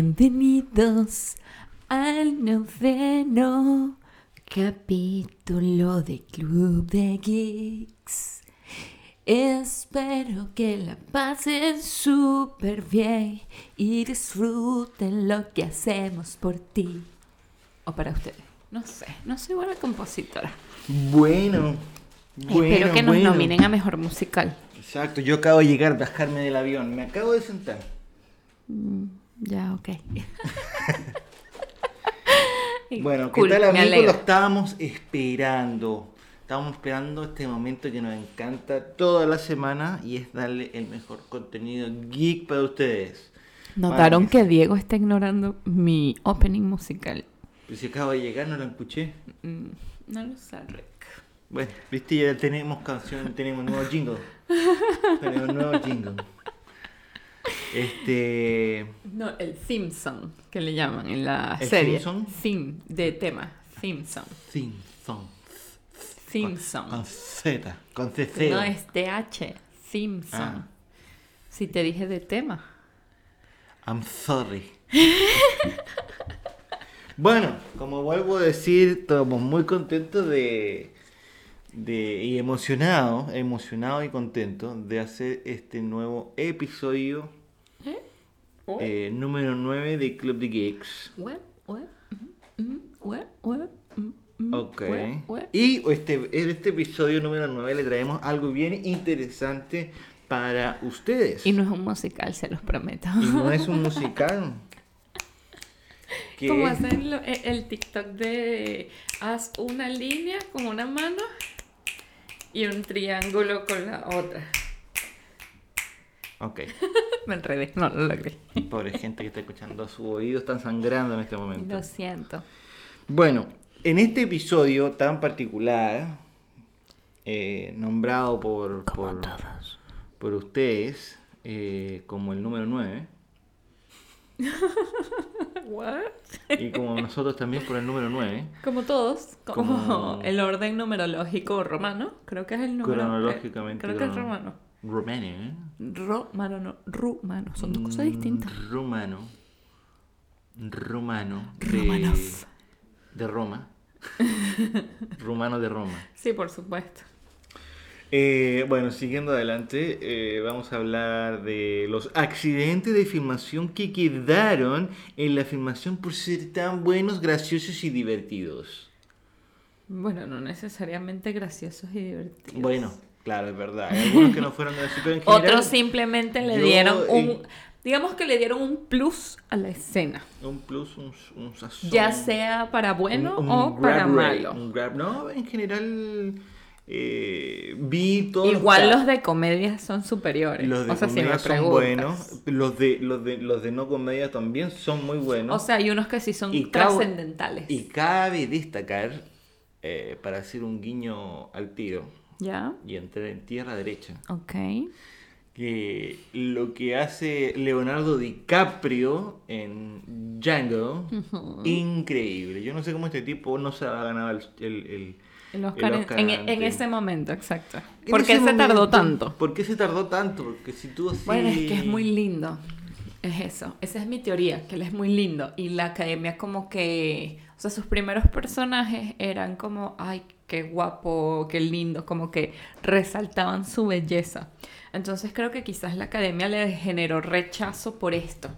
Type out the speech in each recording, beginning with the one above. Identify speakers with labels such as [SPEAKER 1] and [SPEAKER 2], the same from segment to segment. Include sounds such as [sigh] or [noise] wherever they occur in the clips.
[SPEAKER 1] Bienvenidos al noveno capítulo de Club de Geeks. Espero que la pasen súper bien y disfruten lo que hacemos por ti o para ustedes. No sé, no soy buena compositora.
[SPEAKER 2] Bueno, bueno.
[SPEAKER 1] Espero que nos
[SPEAKER 2] bueno.
[SPEAKER 1] nominen a mejor musical.
[SPEAKER 2] Exacto, yo acabo de llegar, bajarme del avión, me acabo de sentar.
[SPEAKER 1] Ya, ok. [laughs]
[SPEAKER 2] [laughs] Bueno, ¿qué
[SPEAKER 1] Cool,
[SPEAKER 2] tal
[SPEAKER 1] me
[SPEAKER 2] amigos? Lo
[SPEAKER 1] alegra.
[SPEAKER 2] estábamos esperando. Estábamos esperando este momento que nos encanta toda la semana y es darle el mejor contenido geek para ustedes.
[SPEAKER 1] Notaron
[SPEAKER 2] Madre
[SPEAKER 1] que Diego está ignorando mi opening musical.
[SPEAKER 2] Pues si acabo de llegar, no lo escuché.
[SPEAKER 1] Mm, No lo sé, Rick.
[SPEAKER 2] Bueno, viste, ya tenemos canción, tenemos nuevo
[SPEAKER 1] [laughs]
[SPEAKER 2] jingle. tenemos nuevo jingle. Este.
[SPEAKER 1] No, el theme song, que le llaman en la
[SPEAKER 2] ¿El
[SPEAKER 1] serie.
[SPEAKER 2] theme song?
[SPEAKER 1] Theme, de tema. Theme song.
[SPEAKER 2] Theme song.
[SPEAKER 1] Theme
[SPEAKER 2] Con
[SPEAKER 1] song.
[SPEAKER 2] Z. Con CC.
[SPEAKER 1] No es TH. Theme song.
[SPEAKER 2] Ah.
[SPEAKER 1] Si te dije de tema.
[SPEAKER 2] I'm sorry. [laughs] bueno, como vuelvo a decir, estamos muy contentos de, de y emocionados, emocionados y contentos de hacer este nuevo episodio
[SPEAKER 1] What?
[SPEAKER 2] eh, número 9 de Club de Geeks.
[SPEAKER 1] What? What? Mm, mm, what? What? Mm, mm,
[SPEAKER 2] Ok.
[SPEAKER 1] what? What?
[SPEAKER 2] Y este, en este episodio número 9 le traemos algo bien interesante para ustedes.
[SPEAKER 1] Y no es un musical, se los prometo.
[SPEAKER 2] Y no es un musical. Que
[SPEAKER 1] Como
[SPEAKER 2] es-
[SPEAKER 1] hacen lo- e- el TikTok de haz una línea con una mano y un triángulo con la otra.
[SPEAKER 2] Ok.
[SPEAKER 1] [laughs] Me enredé, no lo logré.
[SPEAKER 2] Pobre gente que está escuchando, sus oídos están sangrando en este momento.
[SPEAKER 1] Lo siento.
[SPEAKER 2] Bueno, en este episodio tan particular, eh, nombrado por, por, por ustedes eh, como el número 9,
[SPEAKER 1] [laughs] What?
[SPEAKER 2] y como nosotros también por el número 9,
[SPEAKER 1] Como todos, como,
[SPEAKER 2] Como-
[SPEAKER 1] [laughs] el orden numerológico romano, creo que es el número.
[SPEAKER 2] cronológicamente.
[SPEAKER 1] eh, Creo que es
[SPEAKER 2] crono-
[SPEAKER 1] romano.
[SPEAKER 2] Romano, ¿eh?
[SPEAKER 1] Romano, no, rumano, son dos cosas
[SPEAKER 2] Mm,
[SPEAKER 1] distintas.
[SPEAKER 2] Romano. Romano. De,
[SPEAKER 1] Romanov. [laughs]
[SPEAKER 2] de Roma. Romano de Roma.
[SPEAKER 1] Sí, por supuesto.
[SPEAKER 2] Eh, bueno, siguiendo adelante, eh, vamos a hablar de los accidentes de filmación que quedaron en la filmación por ser tan buenos, graciosos y divertidos.
[SPEAKER 1] Bueno, no necesariamente graciosos y divertidos.
[SPEAKER 2] Bueno, claro, es verdad. Hay algunos que no fueron graciosos, pero en
[SPEAKER 1] [laughs]
[SPEAKER 2] general,
[SPEAKER 1] Otros simplemente le
[SPEAKER 2] yo,
[SPEAKER 1] dieron
[SPEAKER 2] eh,
[SPEAKER 1] un. Digamos que le dieron un plus a la escena.
[SPEAKER 2] un plus, un, un sazón,
[SPEAKER 1] Ya sea para bueno
[SPEAKER 2] un- un
[SPEAKER 1] o para
[SPEAKER 2] grab rate,
[SPEAKER 1] malo.
[SPEAKER 2] un grab- no, en general eh, vi todos
[SPEAKER 1] Igual
[SPEAKER 2] ca-
[SPEAKER 1] los de comedia son superiores.
[SPEAKER 2] los de
[SPEAKER 1] o sea, si me
[SPEAKER 2] comedia son
[SPEAKER 1] preguntas.
[SPEAKER 2] buenos, los de, los, de, los de no comedia también son muy buenos.
[SPEAKER 1] O sea, hay unos que sí son
[SPEAKER 2] Y cabo-
[SPEAKER 1] trascendentales.
[SPEAKER 2] Y cabe destacar, eh, para hacer un guiño al tiro
[SPEAKER 1] ¿Ya?
[SPEAKER 2] y entrar en tierra derecha,
[SPEAKER 1] Ok.
[SPEAKER 2] que lo que hace Leonardo DiCaprio en Django, increíble. Yo no sé cómo este tipo no se ha ganado el... el- el-
[SPEAKER 1] El Oscar,
[SPEAKER 2] Oscar
[SPEAKER 1] en- en, en
[SPEAKER 2] antes.
[SPEAKER 1] ese momento, exacto.
[SPEAKER 2] En
[SPEAKER 1] ¿Por qué se
[SPEAKER 2] ese
[SPEAKER 1] tardó
[SPEAKER 2] momento,
[SPEAKER 1] tanto?
[SPEAKER 2] ¿Por qué se tardó tanto? Porque si tú así...
[SPEAKER 1] Bueno, es que es muy lindo. Es eso. Esa es mi teoría, que él es muy lindo. Y la academia como que... O sea, sus primeros personajes eran como, ay, qué guapo, qué lindo, como que resaltaban su belleza. Entonces creo que quizás la academia le generó rechazo por esto.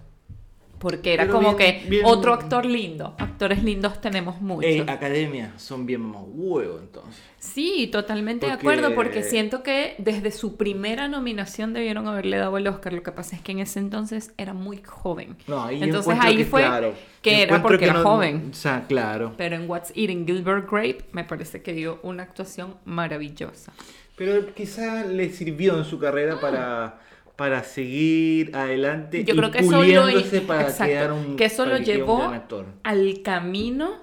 [SPEAKER 1] Porque era
[SPEAKER 2] Pero
[SPEAKER 1] como
[SPEAKER 2] bien-
[SPEAKER 1] que
[SPEAKER 2] bien-
[SPEAKER 1] otro actor lindo. Actores lindos tenemos muchos.
[SPEAKER 2] Ey, eh, academia, son bien más huevo entonces.
[SPEAKER 1] Sí, totalmente de
[SPEAKER 2] Porque-
[SPEAKER 1] acuerdo, porque siento que desde su primera nominación debieron haberle dado el Oscar. Lo que pasa es que en ese entonces era muy joven.
[SPEAKER 2] No, ahí yo
[SPEAKER 1] entonces
[SPEAKER 2] encuentro
[SPEAKER 1] ahí
[SPEAKER 2] que,
[SPEAKER 1] fue
[SPEAKER 2] claro, yo
[SPEAKER 1] que era
[SPEAKER 2] encuentro
[SPEAKER 1] porque
[SPEAKER 2] que
[SPEAKER 1] era
[SPEAKER 2] no-
[SPEAKER 1] joven.
[SPEAKER 2] O sea, claro.
[SPEAKER 1] Pero en What's Eating Gilbert Grape me parece que dio una actuación maravillosa.
[SPEAKER 2] Pero quizá le sirvió en su carrera para, para seguir adelante
[SPEAKER 1] Yo
[SPEAKER 2] y
[SPEAKER 1] creo que eso lo,
[SPEAKER 2] puliéndose para
[SPEAKER 1] exacto,
[SPEAKER 2] quedar un,
[SPEAKER 1] que eso
[SPEAKER 2] para
[SPEAKER 1] lo
[SPEAKER 2] quede un
[SPEAKER 1] llevó
[SPEAKER 2] gran actor.
[SPEAKER 1] al camino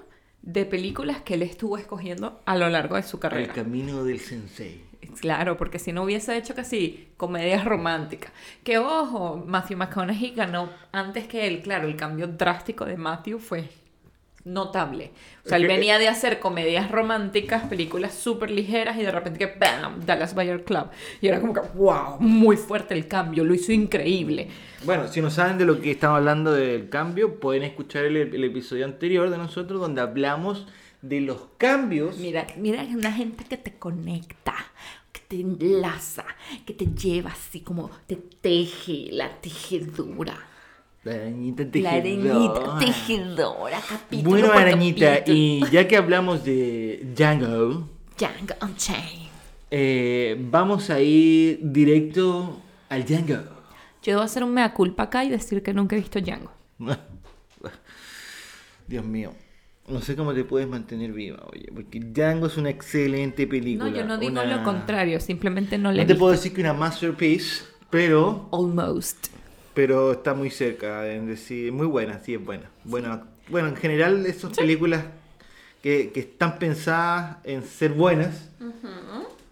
[SPEAKER 1] de películas que él estuvo escogiendo a lo largo de su
[SPEAKER 2] El
[SPEAKER 1] carrera.
[SPEAKER 2] camino del sensei.
[SPEAKER 1] Claro, porque si no hubiese hecho casi comedias románticas. Que ojo, Matthew McConaughey ganó antes que él. Claro, el cambio drástico de Matthew fue notable. O sea, él
[SPEAKER 2] Que-
[SPEAKER 1] venía de hacer comedias románticas, películas súper ligeras y de repente que ¡bam! Dallas Buyer Club. Y era como que ¡wow! Muy fuerte el cambio, lo hizo increíble.
[SPEAKER 2] Bueno, si no saben de lo que estamos hablando del cambio, pueden escuchar el, el episodio anterior de nosotros donde hablamos de los cambios.
[SPEAKER 1] Mira, mira una gente que te conecta, que te enlaza, que te lleva así como te teje la tejedura.
[SPEAKER 2] La arañita
[SPEAKER 1] La arañita
[SPEAKER 2] tejedora.
[SPEAKER 1] tejedora, capítulo
[SPEAKER 2] Bueno,
[SPEAKER 1] por
[SPEAKER 2] arañita,
[SPEAKER 1] capítulo.
[SPEAKER 2] y ya que hablamos de Django,
[SPEAKER 1] Django Unchained.
[SPEAKER 2] eh, vamos a ir directo al Django.
[SPEAKER 1] Yo debo hacer un mea culpa acá y decir que nunca he visto Django.
[SPEAKER 2] [laughs] Dios mío. No sé cómo te puedes mantener viva, oye, porque Django es una excelente película.
[SPEAKER 1] No, yo no digo
[SPEAKER 2] una-
[SPEAKER 1] lo contrario, simplemente no le he
[SPEAKER 2] No te
[SPEAKER 1] visto.
[SPEAKER 2] puedo decir que una masterpiece, pero
[SPEAKER 1] Almost.
[SPEAKER 2] pero está muy cerca en decir muy buena sí es buena bueno bueno en general esas películas que, que están pensadas en ser buenas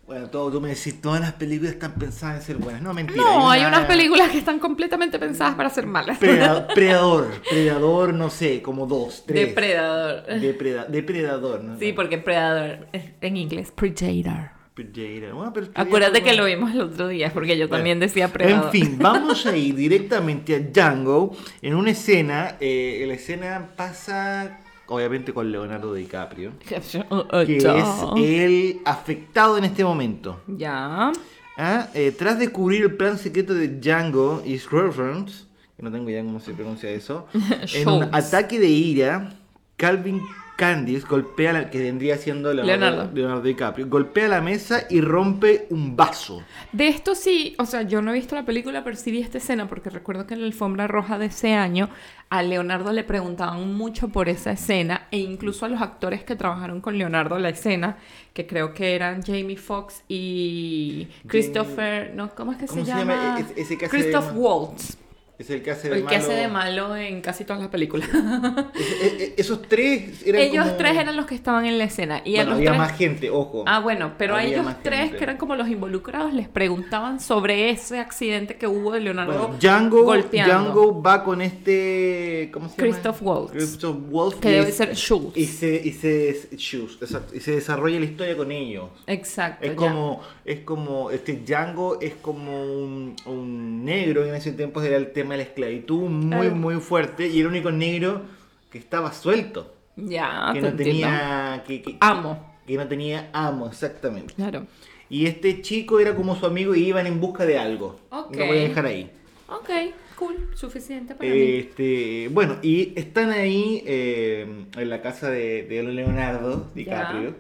[SPEAKER 2] bueno todo tú me decís todas las películas están pensadas en ser buenas no mentira
[SPEAKER 1] No, hay,
[SPEAKER 2] una-
[SPEAKER 1] unas películas que están completamente pensadas para ser malas.
[SPEAKER 2] Preda- predador predador no sé como dos tres
[SPEAKER 1] Depredador.
[SPEAKER 2] Depreda- depredador no
[SPEAKER 1] Sí, porque predador es- en inglés predator.
[SPEAKER 2] Predator. Bueno, pero-
[SPEAKER 1] Acuérdate que lo vimos el otro día, porque yo también decía predador. [laughs]
[SPEAKER 2] En fin, vamos a ir directamente a Django en una escena. eh, la escena pasa, obviamente, con Leonardo DiCaprio,
[SPEAKER 1] oh,
[SPEAKER 2] que es eh, el afectado en este momento.
[SPEAKER 1] Ya.
[SPEAKER 2] Ah, eh, tras descubrir el plan secreto de Django y su girlfriend, que no tengo idea cómo se pronuncia
[SPEAKER 1] [laughs]
[SPEAKER 2] eso, en un
[SPEAKER 1] Schultz.
[SPEAKER 2] ataque de ira, Calvin Candice golpea la que vendría siendo Leonardo,
[SPEAKER 1] Leonardo.
[SPEAKER 2] Leonardo DiCaprio, golpea la mesa y rompe un vaso.
[SPEAKER 1] De esto sí, o sea, yo no he visto la película, pero sí vi esta escena porque recuerdo que en la alfombra roja de ese año a Leonardo le preguntaban mucho por esa escena e incluso a los actores que trabajaron con Leonardo la escena, que creo que eran Jamie Foxx y Christopher, no, ¿cómo es que
[SPEAKER 2] ¿Cómo
[SPEAKER 1] se,
[SPEAKER 2] se
[SPEAKER 1] llama?
[SPEAKER 2] llama? E- ese que hace de
[SPEAKER 1] Christoph
[SPEAKER 2] ma-
[SPEAKER 1] Waltz,
[SPEAKER 2] Es el que hace
[SPEAKER 1] el
[SPEAKER 2] de
[SPEAKER 1] que hace
[SPEAKER 2] malo-
[SPEAKER 1] de malo en casi todas las películas.
[SPEAKER 2] Es- es- Eh, esos tres
[SPEAKER 1] [laughs]
[SPEAKER 2] eran
[SPEAKER 1] ellos
[SPEAKER 2] como-
[SPEAKER 1] tres eran los que estaban en la escena y a
[SPEAKER 2] Bueno,
[SPEAKER 1] los
[SPEAKER 2] había
[SPEAKER 1] tres-
[SPEAKER 2] más gente, ojo.
[SPEAKER 1] Ah, bueno, pero a
[SPEAKER 2] Había
[SPEAKER 1] ellos
[SPEAKER 2] más
[SPEAKER 1] tres,
[SPEAKER 2] gente.
[SPEAKER 1] que eran como los involucrados, les preguntaban sobre ese accidente que hubo de Leonardo
[SPEAKER 2] Bueno, Django,
[SPEAKER 1] golpeando.
[SPEAKER 2] Django va con este. ¿Cómo se llama?
[SPEAKER 1] Christoph Waltz.
[SPEAKER 2] Christoph Waltz.
[SPEAKER 1] Que
[SPEAKER 2] y
[SPEAKER 1] debe
[SPEAKER 2] es-
[SPEAKER 1] ser Schultz.
[SPEAKER 2] Y se, y, se, Schultz, exacto, y se desarrolla la historia con ellos.
[SPEAKER 1] Exacto.
[SPEAKER 2] Es
[SPEAKER 1] ya.
[SPEAKER 2] como, es como, este Django es como un, un negro, y en ese tiempo era el tema de la esclavitud muy,
[SPEAKER 1] Claro.
[SPEAKER 2] muy fuerte, y el único negro que estaba suelto,
[SPEAKER 1] Ya, Ah,
[SPEAKER 2] que
[SPEAKER 1] te
[SPEAKER 2] no
[SPEAKER 1] entiendo.
[SPEAKER 2] tenía, que, que-
[SPEAKER 1] Amo.
[SPEAKER 2] que no tenía amo, exactamente.
[SPEAKER 1] Claro.
[SPEAKER 2] Y este chico era como su amigo y iban en busca de algo.
[SPEAKER 1] Ok.
[SPEAKER 2] Lo voy a dejar ahí.
[SPEAKER 1] Ok, cool. Suficiente para mí.
[SPEAKER 2] Este, bueno, y están ahí eh, en la casa de, de Leonardo DiCaprio.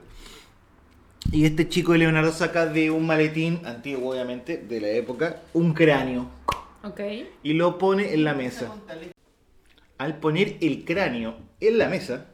[SPEAKER 2] Y este chico de Leonardo saca de un maletín, antiguo obviamente, de la época, un cráneo.
[SPEAKER 1] Ok.
[SPEAKER 2] Y lo pone en la mesa. Al poner el cráneo en la mesa,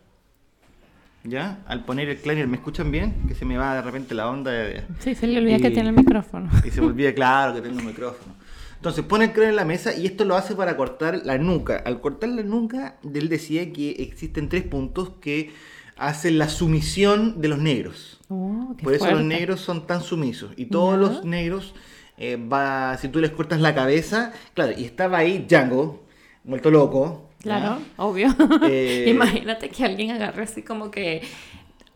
[SPEAKER 2] ¿ya? Al poner el cráneo, ¿me escuchan bien? Que se me va de repente la onda de...
[SPEAKER 1] Sí, se le
[SPEAKER 2] olvida que Y- tiene el
[SPEAKER 1] [laughs] micrófono.
[SPEAKER 2] Y se me olvida, claro, que tengo un micrófono. Entonces pone el cráneo en la mesa y esto lo hace para cortar la nuca. Al cortar la nuca, él decía que existen tres puntos que hacen la sumisión de los negros.
[SPEAKER 1] Oh,
[SPEAKER 2] Por eso los negros son tan sumisos. Y todos
[SPEAKER 1] Ya.
[SPEAKER 2] los negros, eh, va, si tú les cortas la cabeza, claro, y estaba ahí Django, muerto loco.
[SPEAKER 1] Claro,
[SPEAKER 2] ¿ya?
[SPEAKER 1] obvio. [laughs]
[SPEAKER 2] Eh,
[SPEAKER 1] Imagínate que alguien agarre así como que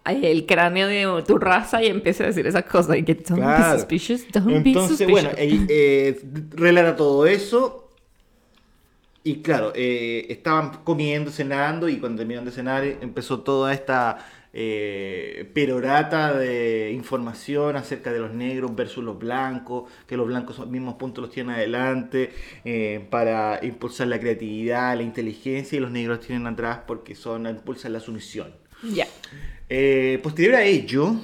[SPEAKER 1] ay, el cráneo de tu raza y empiece a decir esas cosas y que don't
[SPEAKER 2] Claro.
[SPEAKER 1] be suspicious, don't
[SPEAKER 2] Entonces,
[SPEAKER 1] be suspicious.
[SPEAKER 2] bueno, eh, eh, relata todo eso. Y claro, eh, estaban comiendo, cenando, y cuando terminaron de cenar eh, empezó toda esta eh, perorata de información acerca de los negros versus los blancos, que los blancos son- mismos puntos los tienen adelante eh, para impulsar la creatividad, la inteligencia, y los negros tienen atrás porque son impulsan la sumisión.
[SPEAKER 1] Ya.
[SPEAKER 2] Eh, posterior a ello,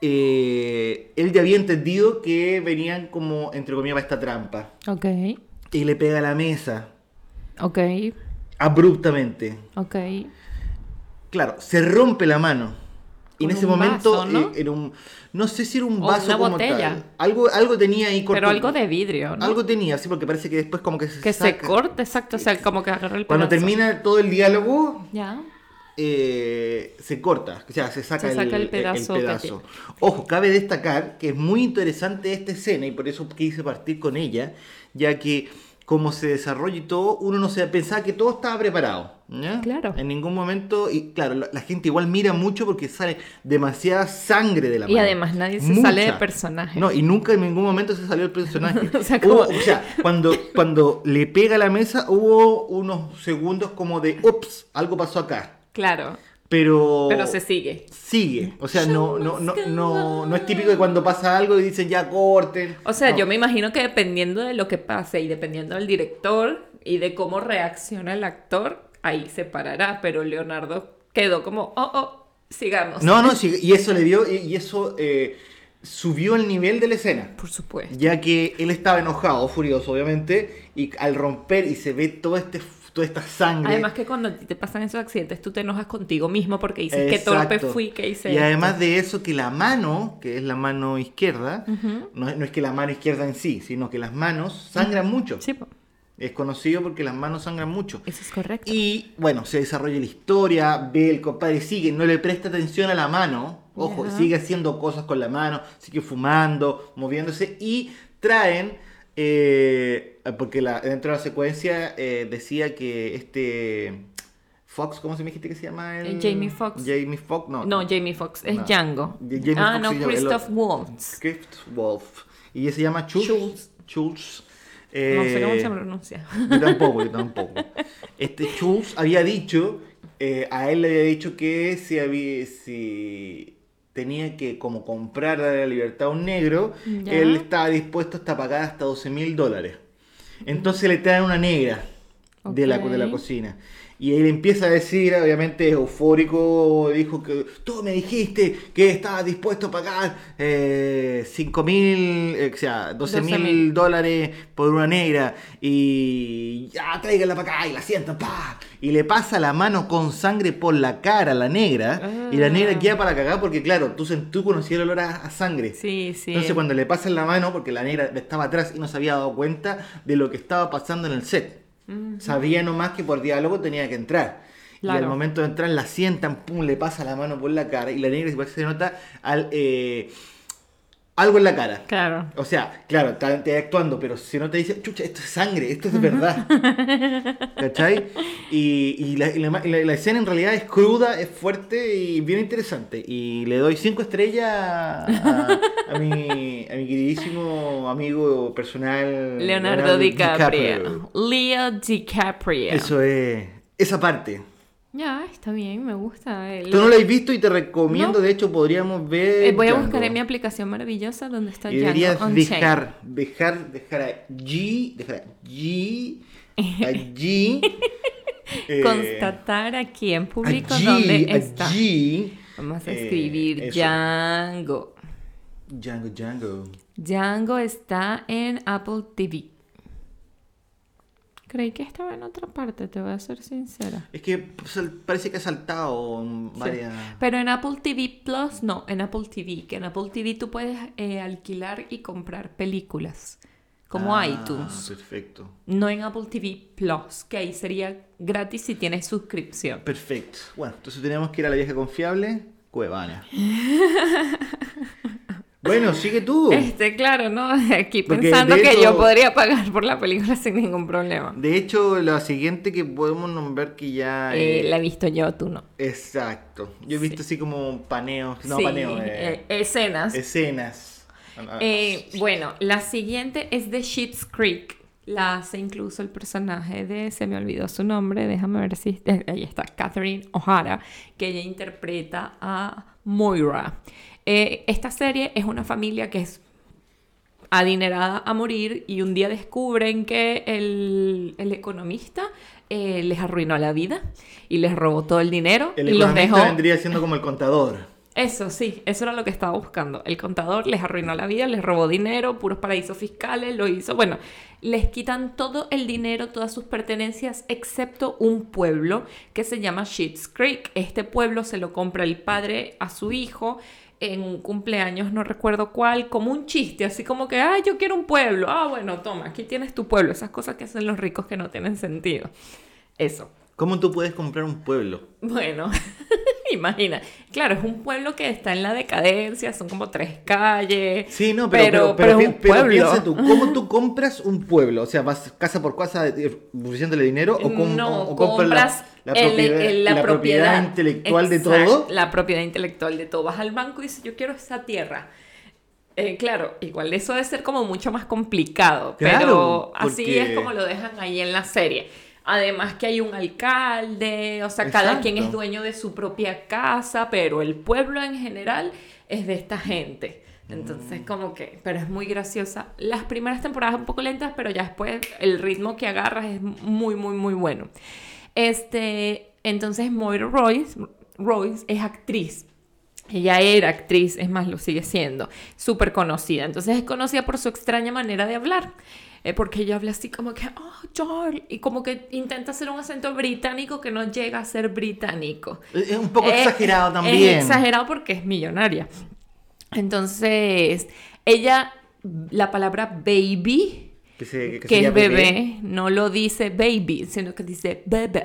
[SPEAKER 2] eh, él ya había entendido que venían como, entre comillas, para esta trampa.
[SPEAKER 1] Ok,
[SPEAKER 2] Y le pega a la mesa,
[SPEAKER 1] ok,
[SPEAKER 2] abruptamente.
[SPEAKER 1] ok.
[SPEAKER 2] Claro, se rompe la mano. Y en
[SPEAKER 1] Con
[SPEAKER 2] ese
[SPEAKER 1] un
[SPEAKER 2] momento,
[SPEAKER 1] vaso, ¿no?
[SPEAKER 2] eh, era un, no sé si era un
[SPEAKER 1] O
[SPEAKER 2] vaso
[SPEAKER 1] una
[SPEAKER 2] como
[SPEAKER 1] botella.
[SPEAKER 2] tal. Algo, algo tenía ahí corto.
[SPEAKER 1] Pero algo de vidrio, ¿no?
[SPEAKER 2] Algo tenía, sí, porque parece que después como que se
[SPEAKER 1] que se
[SPEAKER 2] saca.
[SPEAKER 1] corta, exacto, o sea, como que agarra el
[SPEAKER 2] Cuando
[SPEAKER 1] pedazo.
[SPEAKER 2] termina todo el diálogo,
[SPEAKER 1] Ya.
[SPEAKER 2] eh, se corta, o sea, se saca,
[SPEAKER 1] Se saca
[SPEAKER 2] el,
[SPEAKER 1] el pedazo
[SPEAKER 2] el
[SPEAKER 1] que
[SPEAKER 2] pedazo. Ojo, cabe destacar que es muy interesante esta escena y por eso quise partir con ella, ya que cómo se desarrolla y todo, uno no se pensaba que todo estaba preparado. ¿ya?
[SPEAKER 1] Claro.
[SPEAKER 2] En ningún momento, y claro, la, la gente igual mira mucho porque sale demasiada sangre de la
[SPEAKER 1] Y
[SPEAKER 2] mano.
[SPEAKER 1] además nadie se
[SPEAKER 2] Mucha.
[SPEAKER 1] sale de personaje.
[SPEAKER 2] No, y nunca en ningún momento se salió el personaje.
[SPEAKER 1] [laughs] O sea,
[SPEAKER 2] Hubo-
[SPEAKER 1] como-
[SPEAKER 2] o sea, cuando, cuando le pega a la mesa hubo unos segundos como de, ups, algo pasó acá.
[SPEAKER 1] Claro,
[SPEAKER 2] Pero,
[SPEAKER 1] pero se sigue.
[SPEAKER 2] sigue. O sea, no, no, no, no, no es típico de cuando pasa algo y dicen ya corten.
[SPEAKER 1] O sea,
[SPEAKER 2] No.
[SPEAKER 1] yo me imagino que dependiendo de lo que pase y dependiendo del director y de cómo reacciona el actor, ahí se parará. Pero Leonardo quedó como, oh, oh, sigamos.
[SPEAKER 2] No, no, sí, y eso le dio, y, y eso eh, subió el nivel de la escena.
[SPEAKER 1] Por supuesto.
[SPEAKER 2] Ya que él estaba enojado, furioso, obviamente, y al romper y se ve todo este, toda esta sangre.
[SPEAKER 1] Además que cuando a ti te pasan esos accidentes, tú te enojas contigo mismo porque dices que torpe
[SPEAKER 2] Exacto.
[SPEAKER 1] fui, que hice
[SPEAKER 2] Y además
[SPEAKER 1] esto".
[SPEAKER 2] de eso, que la mano, que es la mano izquierda, no, no es que la mano izquierda en sí, sino que las manos sangran mucho.
[SPEAKER 1] Sí, po,
[SPEAKER 2] Es conocido porque las manos sangran mucho.
[SPEAKER 1] eso es correcto.
[SPEAKER 2] Y bueno, se desarrolla la historia, ve el compadre, sigue, no le presta atención a la mano, ojo,
[SPEAKER 1] Ajá.
[SPEAKER 2] sigue haciendo cosas con la mano, sigue fumando, moviéndose y traen, eh, porque la, dentro de la secuencia eh, decía que este Fox, ¿cómo se me dijiste que se llama?
[SPEAKER 1] Eh,
[SPEAKER 2] El...
[SPEAKER 1] Jamie Fox.
[SPEAKER 2] Jamie Fox, no.
[SPEAKER 1] No, Jamie Foxx, es
[SPEAKER 2] No.
[SPEAKER 1] Django.
[SPEAKER 2] De- Jamie
[SPEAKER 1] ah,
[SPEAKER 2] Foxx
[SPEAKER 1] no,
[SPEAKER 2] se llama el
[SPEAKER 1] Christoph
[SPEAKER 2] otro.
[SPEAKER 1] Waltz.
[SPEAKER 2] Script Wolf. Y ella se llama Chulz.
[SPEAKER 1] Schultz.
[SPEAKER 2] Schultz.
[SPEAKER 1] No sé cómo
[SPEAKER 2] Eh,
[SPEAKER 1] se pronuncia. [laughs]
[SPEAKER 2] Yo tampoco, yo tampoco. Este Schultz había dicho, eh, a él le había dicho que si, había, si tenía que como comprar la libertad a un negro,
[SPEAKER 1] Ya.
[SPEAKER 2] él estaba dispuesto hasta pagar hasta 12 mil dólares. Entonces le traen una negra de, la, de la
[SPEAKER 1] Ok.
[SPEAKER 2] cocina. Y él empieza a decir, obviamente eufórico, dijo que tú me dijiste que estabas dispuesto a pagar eh, 5 mil, eh, o sea, 12 mil
[SPEAKER 1] 12.000.
[SPEAKER 2] dólares por una negra y ya tráigala para acá y la sientan, pa. Y le pasa la mano con sangre por la cara a la negra y la negra
[SPEAKER 1] Ah.
[SPEAKER 2] queda para cagar porque claro, tú, sen- tú conocías el olor a, a sangre.
[SPEAKER 1] Sí, sí.
[SPEAKER 2] Entonces cuando le pasan la mano, porque la negra estaba atrás y no se había dado cuenta de lo que estaba pasando en el set. Sabía nomás que por diálogo tenía que entrar. Y
[SPEAKER 1] Claro.
[SPEAKER 2] al momento de entrar la sientan, pum, le pasa la mano por la cara y la negra igual se nota al, eh, algo en la cara.
[SPEAKER 1] Claro.
[SPEAKER 2] O sea, claro, está, está actuando, pero si no te dice, chucha, esto es sangre, esto es verdad.
[SPEAKER 1] [laughs]
[SPEAKER 2] ¿Cachai? Y, y la, y la- y la- la escena en realidad es cruda, es fuerte y bien interesante. Y le doy cinco estrellas a, a mi, a mi queridísimo amigo personal
[SPEAKER 1] Leonardo DiCaprio. Leo DiCaprio.
[SPEAKER 2] Eso es, esa parte.
[SPEAKER 1] Ya, está bien, me gusta. el-
[SPEAKER 2] Tú no la has visto y te recomiendo,
[SPEAKER 1] No.
[SPEAKER 2] de hecho podríamos ver...
[SPEAKER 1] Eh, voy a
[SPEAKER 2] Django.
[SPEAKER 1] buscar en mi aplicación maravillosa donde está
[SPEAKER 2] Y
[SPEAKER 1] Django
[SPEAKER 2] deberías
[SPEAKER 1] Unchained.
[SPEAKER 2] dejar, dejar, dejar a G, dejar a G,
[SPEAKER 1] [laughs]
[SPEAKER 2] a G, eh,
[SPEAKER 1] Constatar aquí en
[SPEAKER 2] a
[SPEAKER 1] público
[SPEAKER 2] G,
[SPEAKER 1] dónde
[SPEAKER 2] a
[SPEAKER 1] está.
[SPEAKER 2] G.
[SPEAKER 1] Vamos a
[SPEAKER 2] Eh,
[SPEAKER 1] escribir
[SPEAKER 2] eso.
[SPEAKER 1] Django.
[SPEAKER 2] Django, Django.
[SPEAKER 1] Django está en Apple TV. Creí que estaba en otra parte, te voy a ser sincera.
[SPEAKER 2] Es que sal- parece que ha saltado en
[SPEAKER 1] Sí.
[SPEAKER 2] varias...
[SPEAKER 1] Pero en Apple TV Plus, no, en Apple TV, que en Apple TV tú puedes eh, alquilar y comprar películas, como
[SPEAKER 2] Ah,
[SPEAKER 1] iTunes.
[SPEAKER 2] Perfecto,
[SPEAKER 1] No en Apple TV Plus, que ahí sería gratis si tienes suscripción.
[SPEAKER 2] perfecto. Bueno, entonces tenemos que ir a la vieja confiable,
[SPEAKER 1] [laughs]
[SPEAKER 2] Cuevana. bueno, sigue tú.
[SPEAKER 1] Este, claro, ¿no? [laughs] Aquí
[SPEAKER 2] Porque,
[SPEAKER 1] pensando
[SPEAKER 2] de
[SPEAKER 1] que
[SPEAKER 2] hecho-
[SPEAKER 1] yo podría pagar por la película [laughs] sin ningún problema.
[SPEAKER 2] De hecho, la siguiente que podemos nombrar que ya...
[SPEAKER 1] Eh,
[SPEAKER 2] eh,
[SPEAKER 1] la he visto yo, tú no.
[SPEAKER 2] Exacto. Yo he visto así como paneos, no
[SPEAKER 1] Sí,
[SPEAKER 2] paneos,
[SPEAKER 1] eh,
[SPEAKER 2] eh,
[SPEAKER 1] escenas.
[SPEAKER 2] escenas. Ah,
[SPEAKER 1] Eh, bueno, la siguiente es de Sheep's Creek. La hace incluso el personaje de, se me olvidó su nombre, déjame ver si, eh, ahí está, Catherine O'Hara, que ella interpreta a Moira. Eh, esta serie es una familia que es adinerada a morir y un día descubren que el, el economista eh, les arruinó la vida y les robó todo el dinero
[SPEAKER 2] el
[SPEAKER 1] y los
[SPEAKER 2] economista
[SPEAKER 1] dejó...
[SPEAKER 2] vendría siendo como el contador.
[SPEAKER 1] Eso sí, eso era lo que estaba buscando. El contador les arruinó la vida, les robó dinero, puros paraísos fiscales, lo hizo. Bueno, les quitan todo el dinero, todas sus pertenencias, excepto un pueblo que se llama Sheets Creek. Este pueblo se lo compra el padre a su hijo en un cumpleaños, no recuerdo cuál, como un chiste, así como que, ah, yo quiero un pueblo. Ah, bueno, toma, aquí tienes tu pueblo. Esas cosas que hacen los ricos que no tienen sentido. Eso.
[SPEAKER 2] ¿Cómo tú puedes comprar un pueblo?
[SPEAKER 1] Bueno, [laughs] Imagina. Claro, es un pueblo que está en la decadencia, son como tres calles.
[SPEAKER 2] Sí, no, pero, pero,
[SPEAKER 1] pero, es
[SPEAKER 2] pi-
[SPEAKER 1] un
[SPEAKER 2] pero
[SPEAKER 1] pueblo.
[SPEAKER 2] piensa tú,
[SPEAKER 1] [laughs]
[SPEAKER 2] ¿cómo tú compras un pueblo? O sea, vas casa por casa eh, ofreciéndole dinero o, com-
[SPEAKER 1] no,
[SPEAKER 2] o- o compras
[SPEAKER 1] compras
[SPEAKER 2] la- la,
[SPEAKER 1] el-
[SPEAKER 2] propiedad,
[SPEAKER 1] el-
[SPEAKER 2] la propiedad intelectual de
[SPEAKER 1] Exacto,
[SPEAKER 2] todo.
[SPEAKER 1] La propiedad intelectual de todo. Vas al banco y dices, yo quiero esa tierra. Eh, claro, igual eso debe ser como mucho más complicado,
[SPEAKER 2] Claro,
[SPEAKER 1] pero así
[SPEAKER 2] porque-
[SPEAKER 1] es como lo dejan ahí en la serie. Además que hay un alcalde, o sea, cada quien es
[SPEAKER 2] Exacto.
[SPEAKER 1] dueño de su propia casa, pero el pueblo en general es de esta gente. Entonces, como que, pero es muy graciosa. Las primeras temporadas un poco lentas, pero ya después el ritmo que agarras es muy, muy, muy bueno. Este, entonces Moira Royce, Royce es actriz. Ella era actriz, es más, lo sigue siendo, súper conocida. Entonces es conocida por su extraña manera de hablar, eh, porque ella habla así como que, oh, Charles, y como que intenta hacer un acento británico que no llega a ser británico.
[SPEAKER 2] Es un poco
[SPEAKER 1] Eh,
[SPEAKER 2] exagerado
[SPEAKER 1] es
[SPEAKER 2] también.
[SPEAKER 1] exagerado porque es millonaria. Entonces, ella, la palabra baby,
[SPEAKER 2] que se- que se
[SPEAKER 1] que es
[SPEAKER 2] llama
[SPEAKER 1] bebé, no lo dice baby, sino que dice bebé.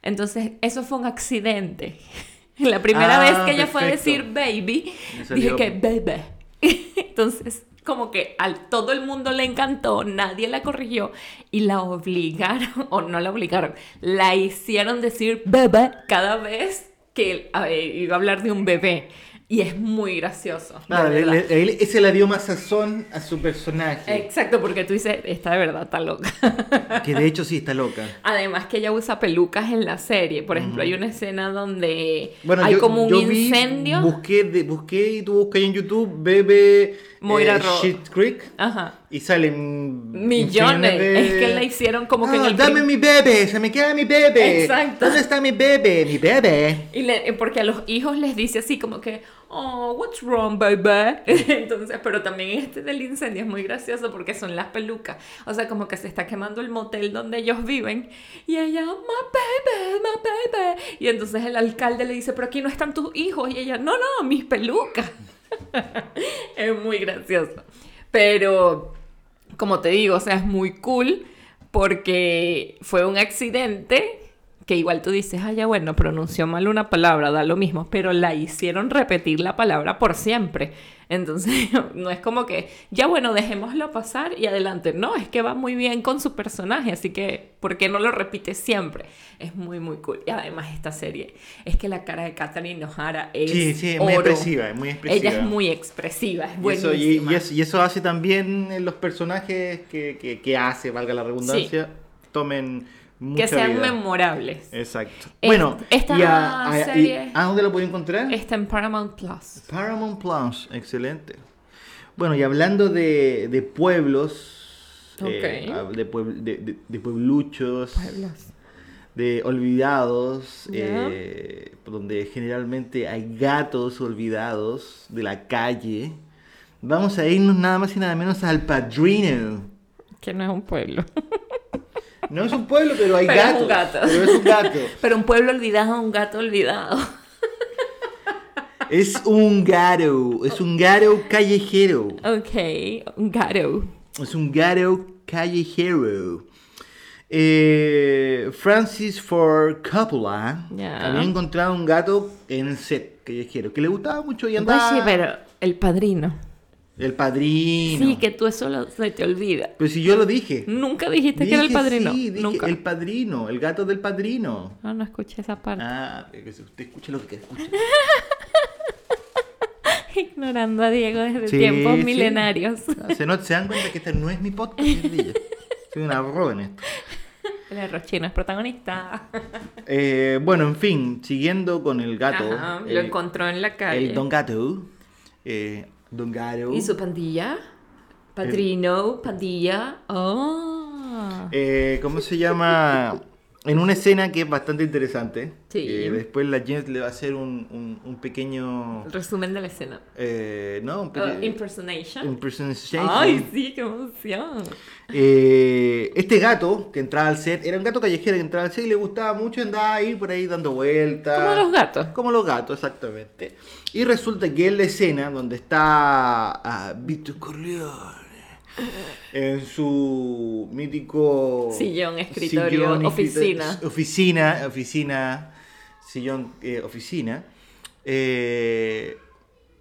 [SPEAKER 1] Entonces, eso fue un accidente. [laughs] La primera
[SPEAKER 2] Ah,
[SPEAKER 1] vez que ella fue a
[SPEAKER 2] perfecto.
[SPEAKER 1] decir baby,
[SPEAKER 2] Me
[SPEAKER 1] dije
[SPEAKER 2] salió-
[SPEAKER 1] que bebé. [laughs] Entonces, como que a todo el mundo le encantó, nadie la corrigió y la obligaron, [laughs] o no la obligaron, la hicieron decir bebé cada vez que a ver, iba a hablar de un bebé. Y es muy gracioso. de
[SPEAKER 2] Claro, Ah, le-
[SPEAKER 1] verdad.
[SPEAKER 2] le- él- ese le dio más sazón a su personaje.
[SPEAKER 1] Exacto, porque tú dices, esta de verdad está loca. [laughs]
[SPEAKER 2] que de hecho sí está loca.
[SPEAKER 1] Además que ella usa pelucas en la serie. Por ejemplo, hay una escena donde
[SPEAKER 2] Bueno,
[SPEAKER 1] hay
[SPEAKER 2] yo-
[SPEAKER 1] como un
[SPEAKER 2] yo vi-
[SPEAKER 1] incendio.
[SPEAKER 2] busqué, de- busqué y tú buscas en YouTube Bebe
[SPEAKER 1] Moira
[SPEAKER 2] eh,
[SPEAKER 1] Ro-
[SPEAKER 2] Shit Creek
[SPEAKER 1] Ajá.
[SPEAKER 2] y salen
[SPEAKER 1] Millones.
[SPEAKER 2] de-
[SPEAKER 1] Es que la hicieron como que en
[SPEAKER 2] Ah,
[SPEAKER 1] el...
[SPEAKER 2] dame
[SPEAKER 1] prim-
[SPEAKER 2] mi bebé, se me queda mi bebé.
[SPEAKER 1] Exacto.
[SPEAKER 2] ¿Dónde está mi bebé? Mi bebé.
[SPEAKER 1] Y le- eh, porque a los hijos les dice así como que, oh, what's wrong, baby? [laughs] Entonces, pero también este del incendio es muy gracioso porque son las pelucas. O sea, como que se está quemando el motel donde ellos viven. Y ella, my baby, my baby. Y entonces el alcalde le dice, pero aquí no están tus hijos. Y ella, no, no, mis pelucas. [laughs] es muy gracioso. Pero, como te digo, o sea, es muy cool porque fue un accidente que igual tú dices, ah, ya bueno, pronunció mal una palabra, da lo mismo, pero la hicieron repetir la palabra por siempre. Entonces, [laughs] no es como que, ya bueno, dejémoslo pasar y adelante. No, es que va muy bien con su personaje, así que, ¿por qué no lo repite siempre? Es muy, muy cool. Y además esta serie, es que la cara de Katherine O'Hara es
[SPEAKER 2] Sí, sí, es muy
[SPEAKER 1] oro.
[SPEAKER 2] expresiva, es muy expresiva.
[SPEAKER 1] Ella es muy expresiva, es
[SPEAKER 2] Y eso,
[SPEAKER 1] buenísima.
[SPEAKER 2] y, y eso, y eso hace también en los personajes que, que- que hace, valga la redundancia, tomen mucha
[SPEAKER 1] que sean
[SPEAKER 2] vida. Eh.
[SPEAKER 1] memorables.
[SPEAKER 2] Exacto.
[SPEAKER 1] Es-
[SPEAKER 2] bueno,
[SPEAKER 1] Eh, esta
[SPEAKER 2] y a, a- y-
[SPEAKER 1] serie-
[SPEAKER 2] ¿a dónde lo puedo encontrar?
[SPEAKER 1] Está en Paramount Plus.
[SPEAKER 2] Paramount Plus, excelente. Bueno, y hablando de, de pueblos, eh,
[SPEAKER 1] Ok.
[SPEAKER 2] de, puebl- de- de- de puebluchos,
[SPEAKER 1] Pueblos.
[SPEAKER 2] de olvidados,
[SPEAKER 1] Ya.
[SPEAKER 2] eh, donde generalmente hay gatos olvidados de la calle, vamos a irnos nada más y nada menos al Padrino.
[SPEAKER 1] Que no es un pueblo.
[SPEAKER 2] No es un pueblo, pero hay
[SPEAKER 1] Pero es
[SPEAKER 2] gatos.
[SPEAKER 1] un gato.
[SPEAKER 2] Pero es un gato.
[SPEAKER 1] [laughs] Pero un pueblo olvidado, un gato olvidado.
[SPEAKER 2] Es un gato. Es un gato callejero.
[SPEAKER 1] Ok, un gato.
[SPEAKER 2] Es un gato callejero. Eh, Francis Ford Coppola
[SPEAKER 1] Ya.
[SPEAKER 2] había encontrado un gato en el set callejero que le gustaba mucho y andaba.
[SPEAKER 1] Oye, Pues pero el padrino.
[SPEAKER 2] El padrino.
[SPEAKER 1] Sí, que tú eso lo- se te olvida.
[SPEAKER 2] Pero si yo lo dije.
[SPEAKER 1] Nunca dijiste que era el
[SPEAKER 2] Dije
[SPEAKER 1] padrino.
[SPEAKER 2] sí, dije
[SPEAKER 1] Nunca.
[SPEAKER 2] el padrino, el gato del padrino.
[SPEAKER 1] No, no escuché esa parte.
[SPEAKER 2] Ah, que si usted escucha lo que escucha.
[SPEAKER 1] [laughs] Ignorando a Diego desde
[SPEAKER 2] Sí,
[SPEAKER 1] tiempos
[SPEAKER 2] sí.
[SPEAKER 1] milenarios. [laughs]
[SPEAKER 2] Ah, Se, no, se dan cuenta que este no es mi podcast, es de ella. Soy una arroba en esto.
[SPEAKER 1] La Rochina es protagonista.
[SPEAKER 2] Eh, bueno, en fin, siguiendo con el gato.
[SPEAKER 1] Ajá, lo
[SPEAKER 2] el-
[SPEAKER 1] encontró en la calle.
[SPEAKER 2] El Don Gato. eh, don Gato.
[SPEAKER 1] ¿Y su pandilla? Padrino, pandilla. Oh.
[SPEAKER 2] eh, ¿Cómo se llama? En una escena que es bastante interesante.
[SPEAKER 1] Sí.
[SPEAKER 2] eh, después la Jens le va a hacer un, un- un pequeño.
[SPEAKER 1] Resumen de la escena.
[SPEAKER 2] eh, no, un
[SPEAKER 1] Oh,
[SPEAKER 2] pequeño.
[SPEAKER 1] impersonation.
[SPEAKER 2] impersonation.
[SPEAKER 1] Ay, sí, qué emoción.
[SPEAKER 2] Eh, este gato que entraba al set era un gato callejero que entraba al set y le gustaba mucho andaba ahí por ahí dando vueltas.
[SPEAKER 1] Como los gatos.
[SPEAKER 2] Como los gatos, exactamente. Y resulta que en la escena donde está ah, Vito Corleone en su mítico
[SPEAKER 1] Sillón, escritorio, oficina.
[SPEAKER 2] s- oficina, oficina, sillón eh, oficina. Eh,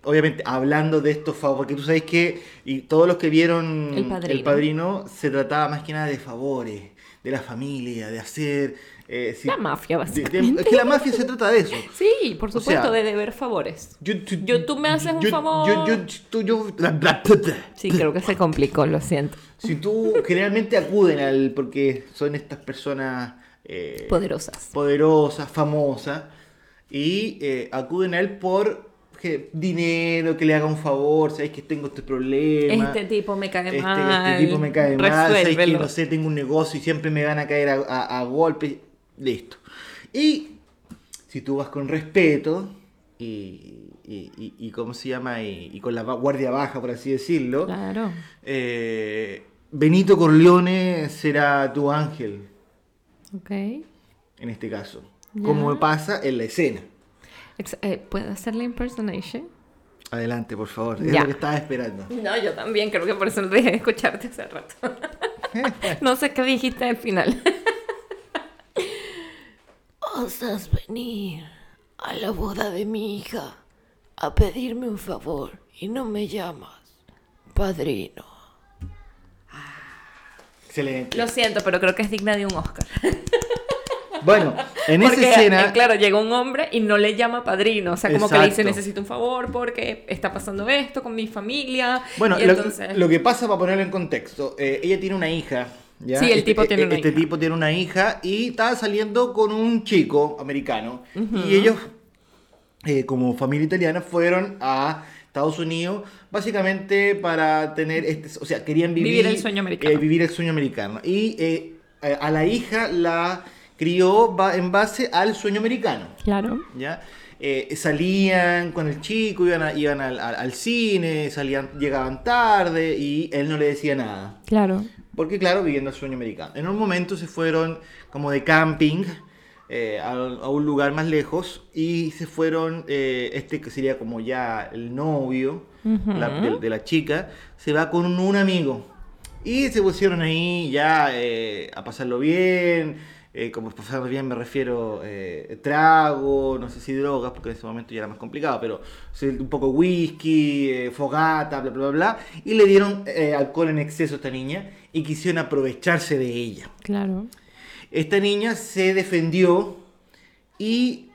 [SPEAKER 2] obviamente, hablando de estos favores, porque tú sabes que y todos los que vieron
[SPEAKER 1] El Padrino.
[SPEAKER 2] se trataba más que nada de favores, de la familia, de hacer... eh, si-
[SPEAKER 1] La mafia,
[SPEAKER 2] de- de-
[SPEAKER 1] básicamente.
[SPEAKER 2] es que la mafia se trata de eso.
[SPEAKER 1] Sí, por
[SPEAKER 2] O sea-
[SPEAKER 1] supuesto, de deber favores.
[SPEAKER 2] Yo, tú,
[SPEAKER 1] Yo- tú me haces un
[SPEAKER 2] yo-
[SPEAKER 1] favor.
[SPEAKER 2] Yo, yo, tú- yo- bla, bla, bla, bla.
[SPEAKER 1] Sí, creo que se complicó, lo siento.
[SPEAKER 2] Si tú generalmente acuden al... porque son estas personas... eh,
[SPEAKER 1] Poderosas.
[SPEAKER 2] poderosa, famosa, y eh, acuden a él por que- dinero, que le haga un favor, sabéis que tengo este problema.
[SPEAKER 1] Este tipo me cae
[SPEAKER 2] este- este
[SPEAKER 1] mal.
[SPEAKER 2] tipo me cae mal, sabéis que
[SPEAKER 1] resuélvelo.
[SPEAKER 2] no sé, tengo un negocio y siempre me van a caer a, a- a golpes, listo. Y si tú vas con respeto y, y, y- y ¿cómo se llama? Y, y con la va- guardia baja, por así decirlo,
[SPEAKER 1] Claro.
[SPEAKER 2] eh, Benito Corleone será tu ángel
[SPEAKER 1] Ok.
[SPEAKER 2] en este caso.
[SPEAKER 1] Ya.
[SPEAKER 2] Como pasa en la escena.
[SPEAKER 1] Ex- eh, ¿Puedo hacer la impersonation?
[SPEAKER 2] Adelante, por favor. Es
[SPEAKER 1] Ya.
[SPEAKER 2] lo que estaba esperando.
[SPEAKER 1] No, yo también, creo que por eso no dejé de escucharte hace
[SPEAKER 2] [laughs]
[SPEAKER 1] rato. no sé qué dijiste al final.
[SPEAKER 3] Osas venir a la boda de mi hija a pedirme un favor y no me llamas, padrino.
[SPEAKER 2] Excelente.
[SPEAKER 1] Lo siento, pero creo que es digna de un Oscar.
[SPEAKER 2] Bueno, en
[SPEAKER 1] [laughs]
[SPEAKER 2] esa
[SPEAKER 1] porque,
[SPEAKER 2] escena.
[SPEAKER 1] eh, claro, llega un hombre y no le llama padrino. O sea, como que le dice,
[SPEAKER 2] Exacto.
[SPEAKER 1] necesito un favor porque está pasando esto con mi familia.
[SPEAKER 2] Bueno,
[SPEAKER 1] y
[SPEAKER 2] lo,
[SPEAKER 1] entonces...
[SPEAKER 2] lo que pasa, para ponerlo en contexto, eh, ella tiene una hija. ¿ya?
[SPEAKER 1] Sí, el
[SPEAKER 2] Este-
[SPEAKER 1] tipo tiene
[SPEAKER 2] eh,
[SPEAKER 1] una
[SPEAKER 2] Este
[SPEAKER 1] hija.
[SPEAKER 2] tipo tiene una hija y estaba saliendo con un chico americano. Y ellos, eh, como familia italiana, fueron a Estados Unidos básicamente para tener. Este, o sea, querían vivir,
[SPEAKER 1] Vivir el sueño americano.
[SPEAKER 2] eh, vivir el sueño americano. Y eh, eh, a la hija la crió ba- en base al sueño americano.
[SPEAKER 1] Claro.
[SPEAKER 2] ¿ya? Eh, salían con el chico, iban, a- iban al, al- al cine, salían, llegaban tarde y él no le decía nada.
[SPEAKER 1] Claro.
[SPEAKER 2] Porque claro, viviendo el sueño americano. En un momento se fueron como de camping eh, a, a un lugar más lejos y se fueron, eh, este que sería como ya el novio la- de, de la chica, se va con un, un amigo. Y se pusieron ahí ya eh, a pasarlo bien, eh, como pasarlo bien me refiero eh, trago, no sé si drogas, porque en ese momento ya era más complicado, pero sí, un poco whisky, eh, fogata, bla, bla, bla, bla. Y le dieron eh, alcohol en exceso a esta niña y quisieron aprovecharse de ella.
[SPEAKER 1] Claro.
[SPEAKER 2] Esta niña se defendió y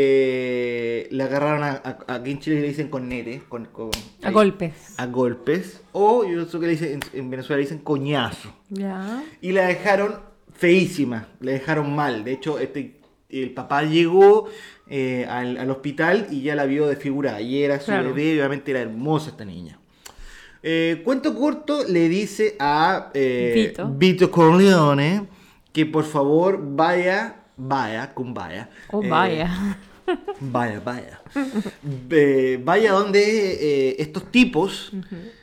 [SPEAKER 2] eh, la agarraron a, a- aquí en Chile le dicen con nete, con, con-
[SPEAKER 1] A golpes.
[SPEAKER 2] a golpes, o yo sé que le dicen, en- en Venezuela le dicen coñazo.
[SPEAKER 1] Ya.
[SPEAKER 2] Y la dejaron feísima, la dejaron mal. De hecho, este, el papá llegó eh, al, al hospital y ya la vio desfigurada. Y era su
[SPEAKER 1] Claro.
[SPEAKER 2] bebé, y obviamente era hermosa esta niña. Eh, cuento corto le dice a eh,
[SPEAKER 1] Vito.
[SPEAKER 2] Corleone que por favor vaya, vaya, con vaya.
[SPEAKER 1] Oh,
[SPEAKER 2] eh,
[SPEAKER 1] vaya.
[SPEAKER 2] Vaya, vaya. Eh, vaya donde eh, estos tipos...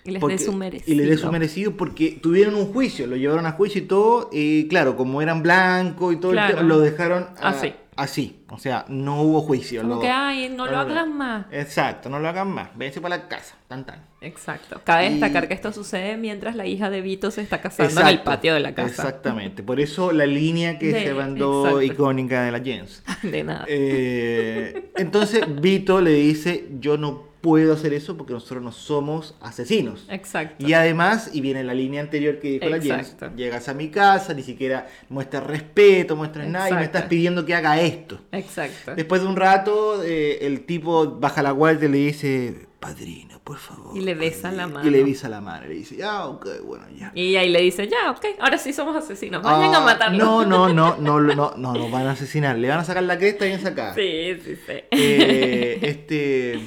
[SPEAKER 1] Y les
[SPEAKER 2] Porque-
[SPEAKER 1] dé su
[SPEAKER 2] Y les dé
[SPEAKER 1] merecido.
[SPEAKER 2] su merecido porque tuvieron un juicio, lo llevaron a juicio y todo, y claro, como eran blancos y todo, el
[SPEAKER 1] Claro.
[SPEAKER 2] tema, lo dejaron a-
[SPEAKER 1] Así.
[SPEAKER 2] así. O sea, no hubo juicio.
[SPEAKER 1] Como
[SPEAKER 2] lo-
[SPEAKER 1] que, ay, no lo hagas más.
[SPEAKER 2] Exacto, no lo hagan más. Véanse para la casa, tan tan.
[SPEAKER 1] Exacto. Cabe
[SPEAKER 2] Y-
[SPEAKER 1] destacar que esto sucede mientras la hija de Vito se está casando en el
[SPEAKER 2] Exacto,
[SPEAKER 1] patio de la casa.
[SPEAKER 2] Exactamente. Por eso la línea que
[SPEAKER 1] De-
[SPEAKER 2] se mandó
[SPEAKER 1] exacto.
[SPEAKER 2] icónica de la Jens.
[SPEAKER 1] [laughs] De nada.
[SPEAKER 2] Eh, entonces Vito le dice, yo no puedo hacer eso porque nosotros no somos asesinos.
[SPEAKER 1] Exacto.
[SPEAKER 2] Y además, y viene la línea anterior que dijo la Jens,
[SPEAKER 1] Exacto.
[SPEAKER 2] llegas a mi casa, ni siquiera muestras respeto, muestras nada y me
[SPEAKER 1] Exacto.
[SPEAKER 2] estás pidiendo que haga esto.
[SPEAKER 1] Exacto.
[SPEAKER 2] Después de un rato, eh, el tipo baja la guardia y le dice, padrino, por favor.
[SPEAKER 1] Y le besa la
[SPEAKER 2] padrino". Y le
[SPEAKER 1] mano.
[SPEAKER 2] besa la mano, y le dice, ah, ok, bueno, ya.
[SPEAKER 1] Y ahí le dice, ya, ok, ahora sí somos asesinos. Vayan a
[SPEAKER 2] Ah,
[SPEAKER 1] matarlo.
[SPEAKER 2] No, no, no, no, no, no, no, lo van a asesinar, le van a sacar la cresta y van a sacar.
[SPEAKER 1] Sí, sí, sí.
[SPEAKER 2] [laughs]
[SPEAKER 1] [laughs]
[SPEAKER 2] Eh, este.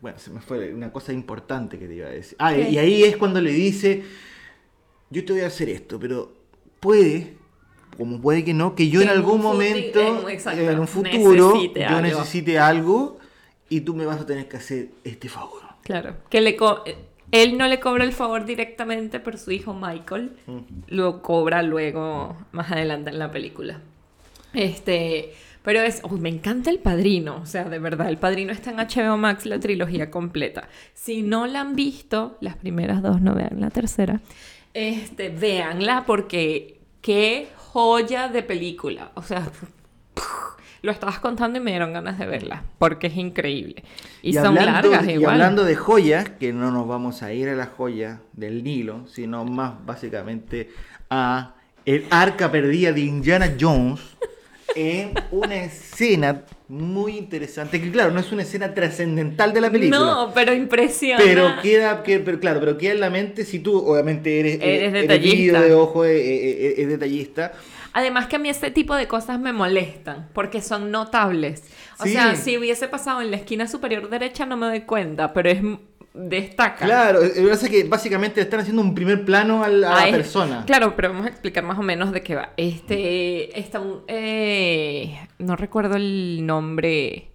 [SPEAKER 2] Bueno, se me fue una cosa importante que te iba a decir. Ah,
[SPEAKER 1] ¿Qué?
[SPEAKER 2] y ahí es cuando le dice: Yo te voy a hacer esto, pero puede, como puede que no, que yo
[SPEAKER 1] Que
[SPEAKER 2] en
[SPEAKER 1] en
[SPEAKER 2] algún
[SPEAKER 1] un futi-
[SPEAKER 2] momento,
[SPEAKER 1] en un- exacto,
[SPEAKER 2] en un futuro,
[SPEAKER 1] necesite
[SPEAKER 2] yo
[SPEAKER 1] algo.
[SPEAKER 2] necesite algo y tú me vas a tener que hacer este favor.
[SPEAKER 1] Claro. Que le co- él no le cobra el favor directamente, pero su hijo Michael lo cobra luego, más adelante en la película. Este, pero es, uy, me encanta El Padrino, o sea, de verdad, El Padrino está en HBO Max, la trilogía completa. Si no la han visto, las primeras dos, no vean la tercera, este, véanla porque qué joya de película, o sea, Lo estabas contando y me dieron ganas de verla, porque es increíble. Y,
[SPEAKER 2] Y
[SPEAKER 1] son
[SPEAKER 2] hablando-
[SPEAKER 1] largas
[SPEAKER 2] y
[SPEAKER 1] igual.
[SPEAKER 2] hablando de joyas, que no nos vamos a ir a la joya del Nilo, sino más básicamente a el arca perdida de Indiana Jones en una escena muy interesante, que claro, no es una escena trascendental de la película.
[SPEAKER 1] no, pero impresiona.
[SPEAKER 2] Pero queda, que, pero claro, pero queda en la mente si tú obviamente eres,
[SPEAKER 1] Eres
[SPEAKER 2] brillo
[SPEAKER 1] detallista.
[SPEAKER 2] de ojo, eh, eh, eh, es detallista.
[SPEAKER 1] Además que a mí este tipo de cosas me molestan porque son notables. O
[SPEAKER 2] Sí.
[SPEAKER 1] sea, si hubiese pasado en la esquina superior derecha no me doy cuenta, pero es destaca.
[SPEAKER 2] Claro, eh, lo que pasa es que básicamente le están haciendo un primer plano al- a,
[SPEAKER 1] Ah,
[SPEAKER 2] la
[SPEAKER 1] es-
[SPEAKER 2] persona.
[SPEAKER 1] Claro, pero vamos a explicar más o menos de qué va. Este, está un, eh, no recuerdo el nombre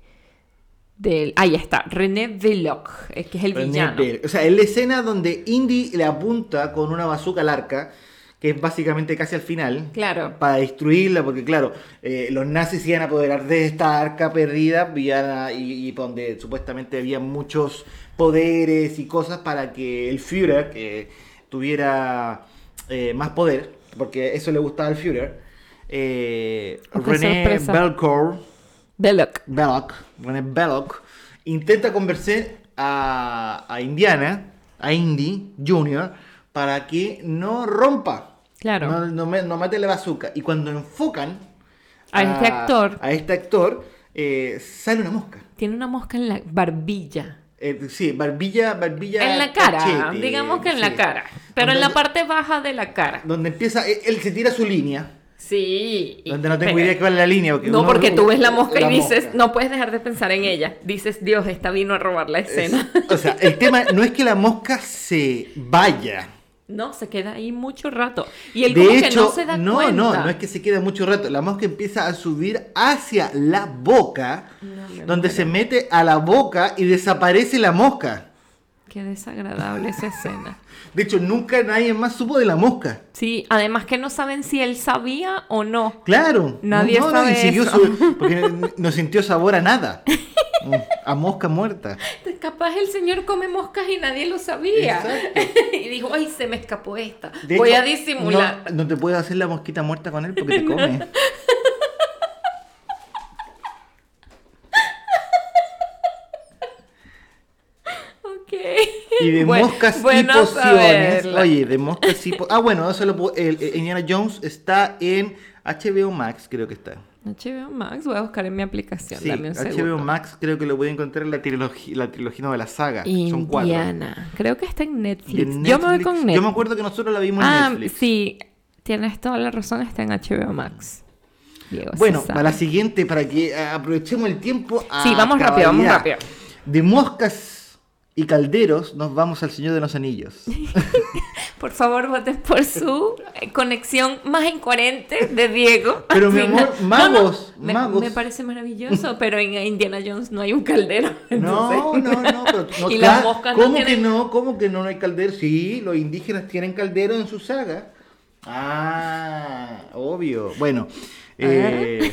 [SPEAKER 1] del, ahí está, René Villoc, eh, que es el
[SPEAKER 2] René
[SPEAKER 1] villano.
[SPEAKER 2] Ver- O sea, es la escena donde Indy le apunta con una bazooka al arca, que es básicamente casi al final,
[SPEAKER 1] Claro.
[SPEAKER 2] para destruirla, porque claro, eh, los nazis se iban a apoderar de esta arca perdida y, iban a- y- y donde supuestamente había muchos poderes y cosas para que el Führer que tuviera eh, más poder, porque eso le gustaba al Führer. Eh,
[SPEAKER 1] Oh, qué
[SPEAKER 2] René
[SPEAKER 1] sorpresa.
[SPEAKER 2] Belcourt
[SPEAKER 1] Villoc.
[SPEAKER 2] Belloc, René Belloc, intenta convencer a, a Indiana, a Indy Jr., para que no rompa.
[SPEAKER 1] Claro.
[SPEAKER 2] No, no me- no mate la bazooka. Y cuando enfocan
[SPEAKER 1] A este actor.
[SPEAKER 2] a este actor, eh, sale una mosca.
[SPEAKER 1] Tiene una mosca en la barbilla.
[SPEAKER 2] Eh, sí, barbilla, barbilla.
[SPEAKER 1] en la cara,
[SPEAKER 2] cachete,
[SPEAKER 1] digamos que en
[SPEAKER 2] sí.
[SPEAKER 1] la cara, pero en
[SPEAKER 2] Donde-
[SPEAKER 1] la parte baja de la cara.
[SPEAKER 2] Donde empieza, él, él se tira su línea.
[SPEAKER 1] Sí. y-
[SPEAKER 2] Donde no tengo
[SPEAKER 1] pero-
[SPEAKER 2] idea cuál es la línea. Porque
[SPEAKER 1] No,
[SPEAKER 2] uno-
[SPEAKER 1] porque tú ves la mosca y dices,
[SPEAKER 2] mosca.
[SPEAKER 1] no puedes dejar de pensar en ella. Dices, Dios, esta vino a robar la escena. [laughs]
[SPEAKER 2] Es- o sea, el tema no es que la mosca se vaya.
[SPEAKER 1] No, se queda ahí mucho rato. Y él
[SPEAKER 2] de
[SPEAKER 1] como
[SPEAKER 2] hecho,
[SPEAKER 1] que no se da
[SPEAKER 2] no,
[SPEAKER 1] cuenta.
[SPEAKER 2] no, no es que se queda mucho rato. La mosca empieza a subir hacia la boca,
[SPEAKER 1] No, me
[SPEAKER 2] donde
[SPEAKER 1] muero.
[SPEAKER 2] se mete a la boca y desaparece la mosca.
[SPEAKER 1] Qué desagradable esa escena.
[SPEAKER 2] De hecho, nunca nadie más supo de la mosca.
[SPEAKER 1] Sí, además que no saben si él sabía o no.
[SPEAKER 2] Claro.
[SPEAKER 1] Nadie
[SPEAKER 2] no, no,
[SPEAKER 1] sabe
[SPEAKER 2] y siguió
[SPEAKER 1] eso.
[SPEAKER 2] su- porque no- no sintió sabor
[SPEAKER 1] [laughs]
[SPEAKER 2] a nada. Mm, A mosca muerta.
[SPEAKER 1] Capaz el señor come moscas y nadie lo sabía.
[SPEAKER 2] Exacto.
[SPEAKER 1] [laughs] y dijo, ay, se me escapó esta.
[SPEAKER 2] De
[SPEAKER 1] Voy
[SPEAKER 2] hecho,
[SPEAKER 1] a disimular.
[SPEAKER 2] No, no te puedes hacer la mosquita muerta con
[SPEAKER 1] [laughs]
[SPEAKER 2] él porque te come.
[SPEAKER 1] Ok.
[SPEAKER 2] Y
[SPEAKER 1] [laughs]
[SPEAKER 2] de
[SPEAKER 1] Buen-
[SPEAKER 2] moscas
[SPEAKER 1] bueno
[SPEAKER 2] y pociones.
[SPEAKER 1] saberlo.
[SPEAKER 2] Oye, de moscas y po- Ah, bueno, eso lo puedo- el, el Indiana Jones está en HBO Max, creo que está.
[SPEAKER 1] HBO Max, voy a buscar en mi aplicación.
[SPEAKER 2] Sí,
[SPEAKER 1] Dame un
[SPEAKER 2] HBO
[SPEAKER 1] segundo.
[SPEAKER 2] Max creo que lo voy a encontrar en la trilogía, la trilogía no, de la saga. Son cuatro.
[SPEAKER 1] Indiana. Creo que está en Netflix.
[SPEAKER 2] De
[SPEAKER 1] Yo me voy con Netflix.
[SPEAKER 2] Yo me acuerdo que nosotros la vimos
[SPEAKER 1] ah,
[SPEAKER 2] en Netflix.
[SPEAKER 1] sí. Tienes toda la razón, está en HBO Max. Diego,
[SPEAKER 2] Bueno,
[SPEAKER 1] se sabe.
[SPEAKER 2] para la siguiente, para que ah, aprovechemos el tiempo. a
[SPEAKER 1] Sí, vamos rápido, vamos
[SPEAKER 2] cabalidad.
[SPEAKER 1] rápido.
[SPEAKER 2] De moscas y calderos nos vamos al Señor de los Anillos.
[SPEAKER 1] Por favor, voten por su eh, conexión más incoherente de Diego.
[SPEAKER 2] [laughs] Pero,
[SPEAKER 1] Al
[SPEAKER 2] mi
[SPEAKER 1] final-
[SPEAKER 2] amor, magos,
[SPEAKER 1] me-
[SPEAKER 2] magos.
[SPEAKER 1] Me, parece maravilloso, pero en Indiana Jones no hay un caldero. [laughs]
[SPEAKER 2] No,
[SPEAKER 1] entonces-
[SPEAKER 2] no, no, pero
[SPEAKER 1] [laughs]
[SPEAKER 2] no,
[SPEAKER 1] y
[SPEAKER 2] claro,
[SPEAKER 1] las moscas
[SPEAKER 2] ¿Cómo
[SPEAKER 1] no tienen...
[SPEAKER 2] que no? ¿Cómo que no hay caldero? Sí, los indígenas tienen caldero en su saga. Ah, obvio. Bueno, eh,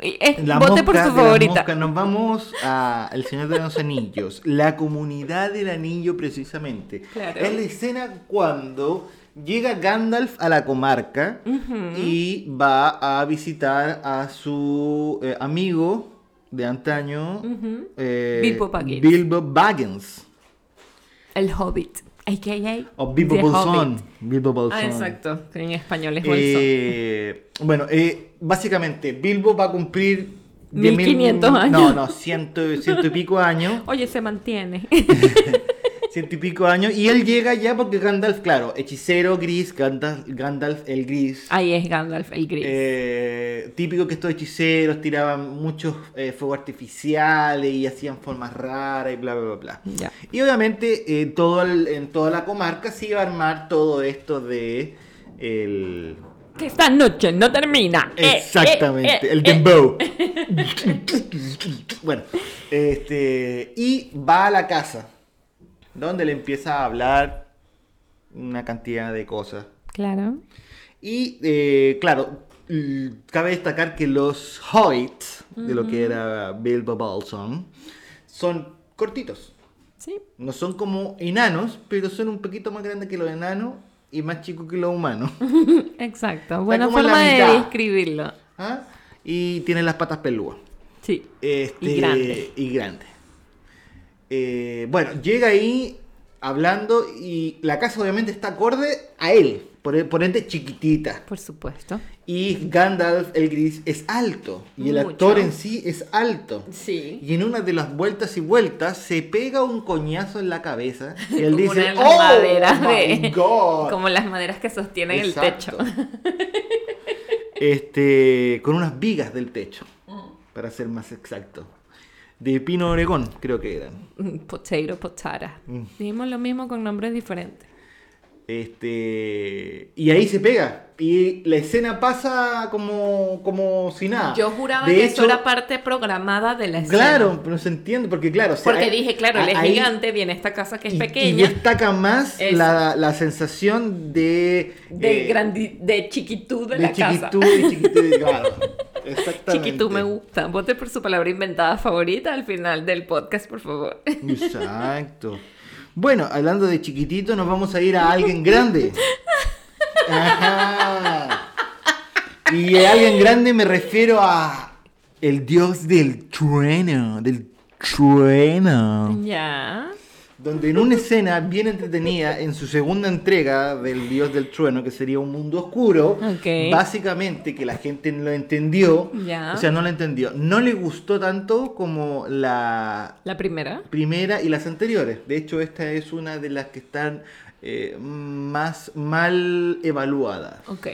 [SPEAKER 1] Y, eh,
[SPEAKER 2] la
[SPEAKER 1] vote por
[SPEAKER 2] mosca
[SPEAKER 1] su
[SPEAKER 2] de la
[SPEAKER 1] favorita.
[SPEAKER 2] mosca, nos vamos a El Señor de los Anillos, la comunidad del anillo precisamente.
[SPEAKER 1] Claro.
[SPEAKER 2] Es la escena cuando llega Gandalf a la comarca y va a visitar a su eh, amigo de antaño, eh,
[SPEAKER 1] Bilbo Baggins.
[SPEAKER 2] Bilbo Baggins,
[SPEAKER 1] El Hobbit. AKA.
[SPEAKER 2] o Bilbo
[SPEAKER 1] The
[SPEAKER 2] Bolsón.
[SPEAKER 1] Hobbit.
[SPEAKER 2] Bilbo Bolsón.
[SPEAKER 1] Ah, exacto. En español es Bolsón.
[SPEAKER 2] Eh, bueno, eh, básicamente Bilbo va a cumplir 10.000
[SPEAKER 1] 1500 años.
[SPEAKER 2] No, no, ciento, ciento y pico años.
[SPEAKER 1] Oye, se mantiene. [laughs]
[SPEAKER 2] Ciento y pico años. Y él llega ya porque Gandalf, claro, hechicero gris, Gandalf, Gandalf el gris.
[SPEAKER 1] Ahí es Gandalf el Ah, gris.
[SPEAKER 2] Eh, típico que estos hechiceros tiraban muchos eh, fuegos artificiales y hacían formas raras y bla, bla, bla, bla.
[SPEAKER 1] Ya.
[SPEAKER 2] Y obviamente eh, todo el- en toda la comarca se iba a armar todo esto de el,
[SPEAKER 1] Que esta noche no termina. Eh,
[SPEAKER 2] Exactamente,
[SPEAKER 1] eh, eh,
[SPEAKER 2] el
[SPEAKER 1] eh.
[SPEAKER 2] dembow. [laughs] bueno, este. Y va a la casa, donde le empieza a hablar una cantidad de cosas.
[SPEAKER 1] Claro.
[SPEAKER 2] Y, eh, claro, l- cabe destacar que los Hoyt, de lo que era Bilbo Balson, son cortitos.
[SPEAKER 1] Sí.
[SPEAKER 2] No son como enanos, pero son un poquito más grandes que los enanos
[SPEAKER 1] [laughs]
[SPEAKER 2] y más chicos que los humanos.
[SPEAKER 1] Exacto. Buena
[SPEAKER 2] como en la
[SPEAKER 1] forma de
[SPEAKER 2] mitad.
[SPEAKER 1] describirlo.
[SPEAKER 2] ¿Ah? y tiene las patas pelúas.
[SPEAKER 1] Sí.
[SPEAKER 2] Este,
[SPEAKER 1] Y grande.
[SPEAKER 2] y grande. Eh, bueno, llega ahí hablando y la casa obviamente está acorde a él, por, por ende chiquitita.
[SPEAKER 1] Por supuesto.
[SPEAKER 2] Y Gandalf el gris es alto y el
[SPEAKER 1] Mucho.
[SPEAKER 2] actor en sí es alto.
[SPEAKER 1] Sí.
[SPEAKER 2] Y en una de las vueltas y vueltas se pega un coñazo en
[SPEAKER 1] [laughs]
[SPEAKER 2] la cabeza y él
[SPEAKER 1] Como
[SPEAKER 2] dice,
[SPEAKER 1] una de las
[SPEAKER 2] "Oh,
[SPEAKER 1] maderas
[SPEAKER 2] my
[SPEAKER 1] de-
[SPEAKER 2] God".
[SPEAKER 1] Como las maderas que sostienen
[SPEAKER 2] Exacto.
[SPEAKER 1] el techo.
[SPEAKER 2] [laughs] Este, con unas vigas del techo, para ser más exacto. De Pino Oregón, creo que eran.
[SPEAKER 1] Mm, [laughs] Potato, potara.
[SPEAKER 2] Mm.
[SPEAKER 1] Dijimos lo mismo con nombres diferentes.
[SPEAKER 2] Este, y ahí se pega. Y la escena pasa como, como si nada.
[SPEAKER 1] Yo juraba
[SPEAKER 2] Ah, De
[SPEAKER 1] que
[SPEAKER 2] hecho,
[SPEAKER 1] eso era parte programada de la escena.
[SPEAKER 2] Claro, pero se entiende, porque claro. o sea,
[SPEAKER 1] Porque
[SPEAKER 2] ahí-
[SPEAKER 1] dije, claro, él es
[SPEAKER 2] ahí-
[SPEAKER 1] gigante, viene esta casa que es
[SPEAKER 2] y- Y,
[SPEAKER 1] pequeña.
[SPEAKER 2] destaca más
[SPEAKER 1] Eso.
[SPEAKER 2] la, la sensación de.
[SPEAKER 1] de,
[SPEAKER 2] eh,
[SPEAKER 1] grandi- de chiquitud de,
[SPEAKER 2] de
[SPEAKER 1] la [laughs]
[SPEAKER 2] chiquitú,
[SPEAKER 1] casa.
[SPEAKER 2] de chiquitú, claro.
[SPEAKER 1] [laughs]
[SPEAKER 2] Exactamente.
[SPEAKER 1] Chiquitud me gusta. Vote por su palabra inventada favorita al final del podcast, por favor.
[SPEAKER 2] Exacto. Bueno, hablando de chiquitito, nos vamos a ir a alguien grande. Ajá. Y de alguien grande me refiero a el dios del trueno, del trueno.
[SPEAKER 1] [laughs] Ya.
[SPEAKER 2] Donde en una escena bien entretenida, en su segunda entrega del dios del trueno, que sería un mundo oscuro,
[SPEAKER 1] Ok.
[SPEAKER 2] básicamente que la gente no lo entendió,
[SPEAKER 1] Ya.
[SPEAKER 2] o sea, no lo entendió, no le gustó tanto como la,
[SPEAKER 1] La primera.
[SPEAKER 2] primera y las anteriores. De hecho, esta es una de las que están eh, más mal evaluadas.
[SPEAKER 1] Ok.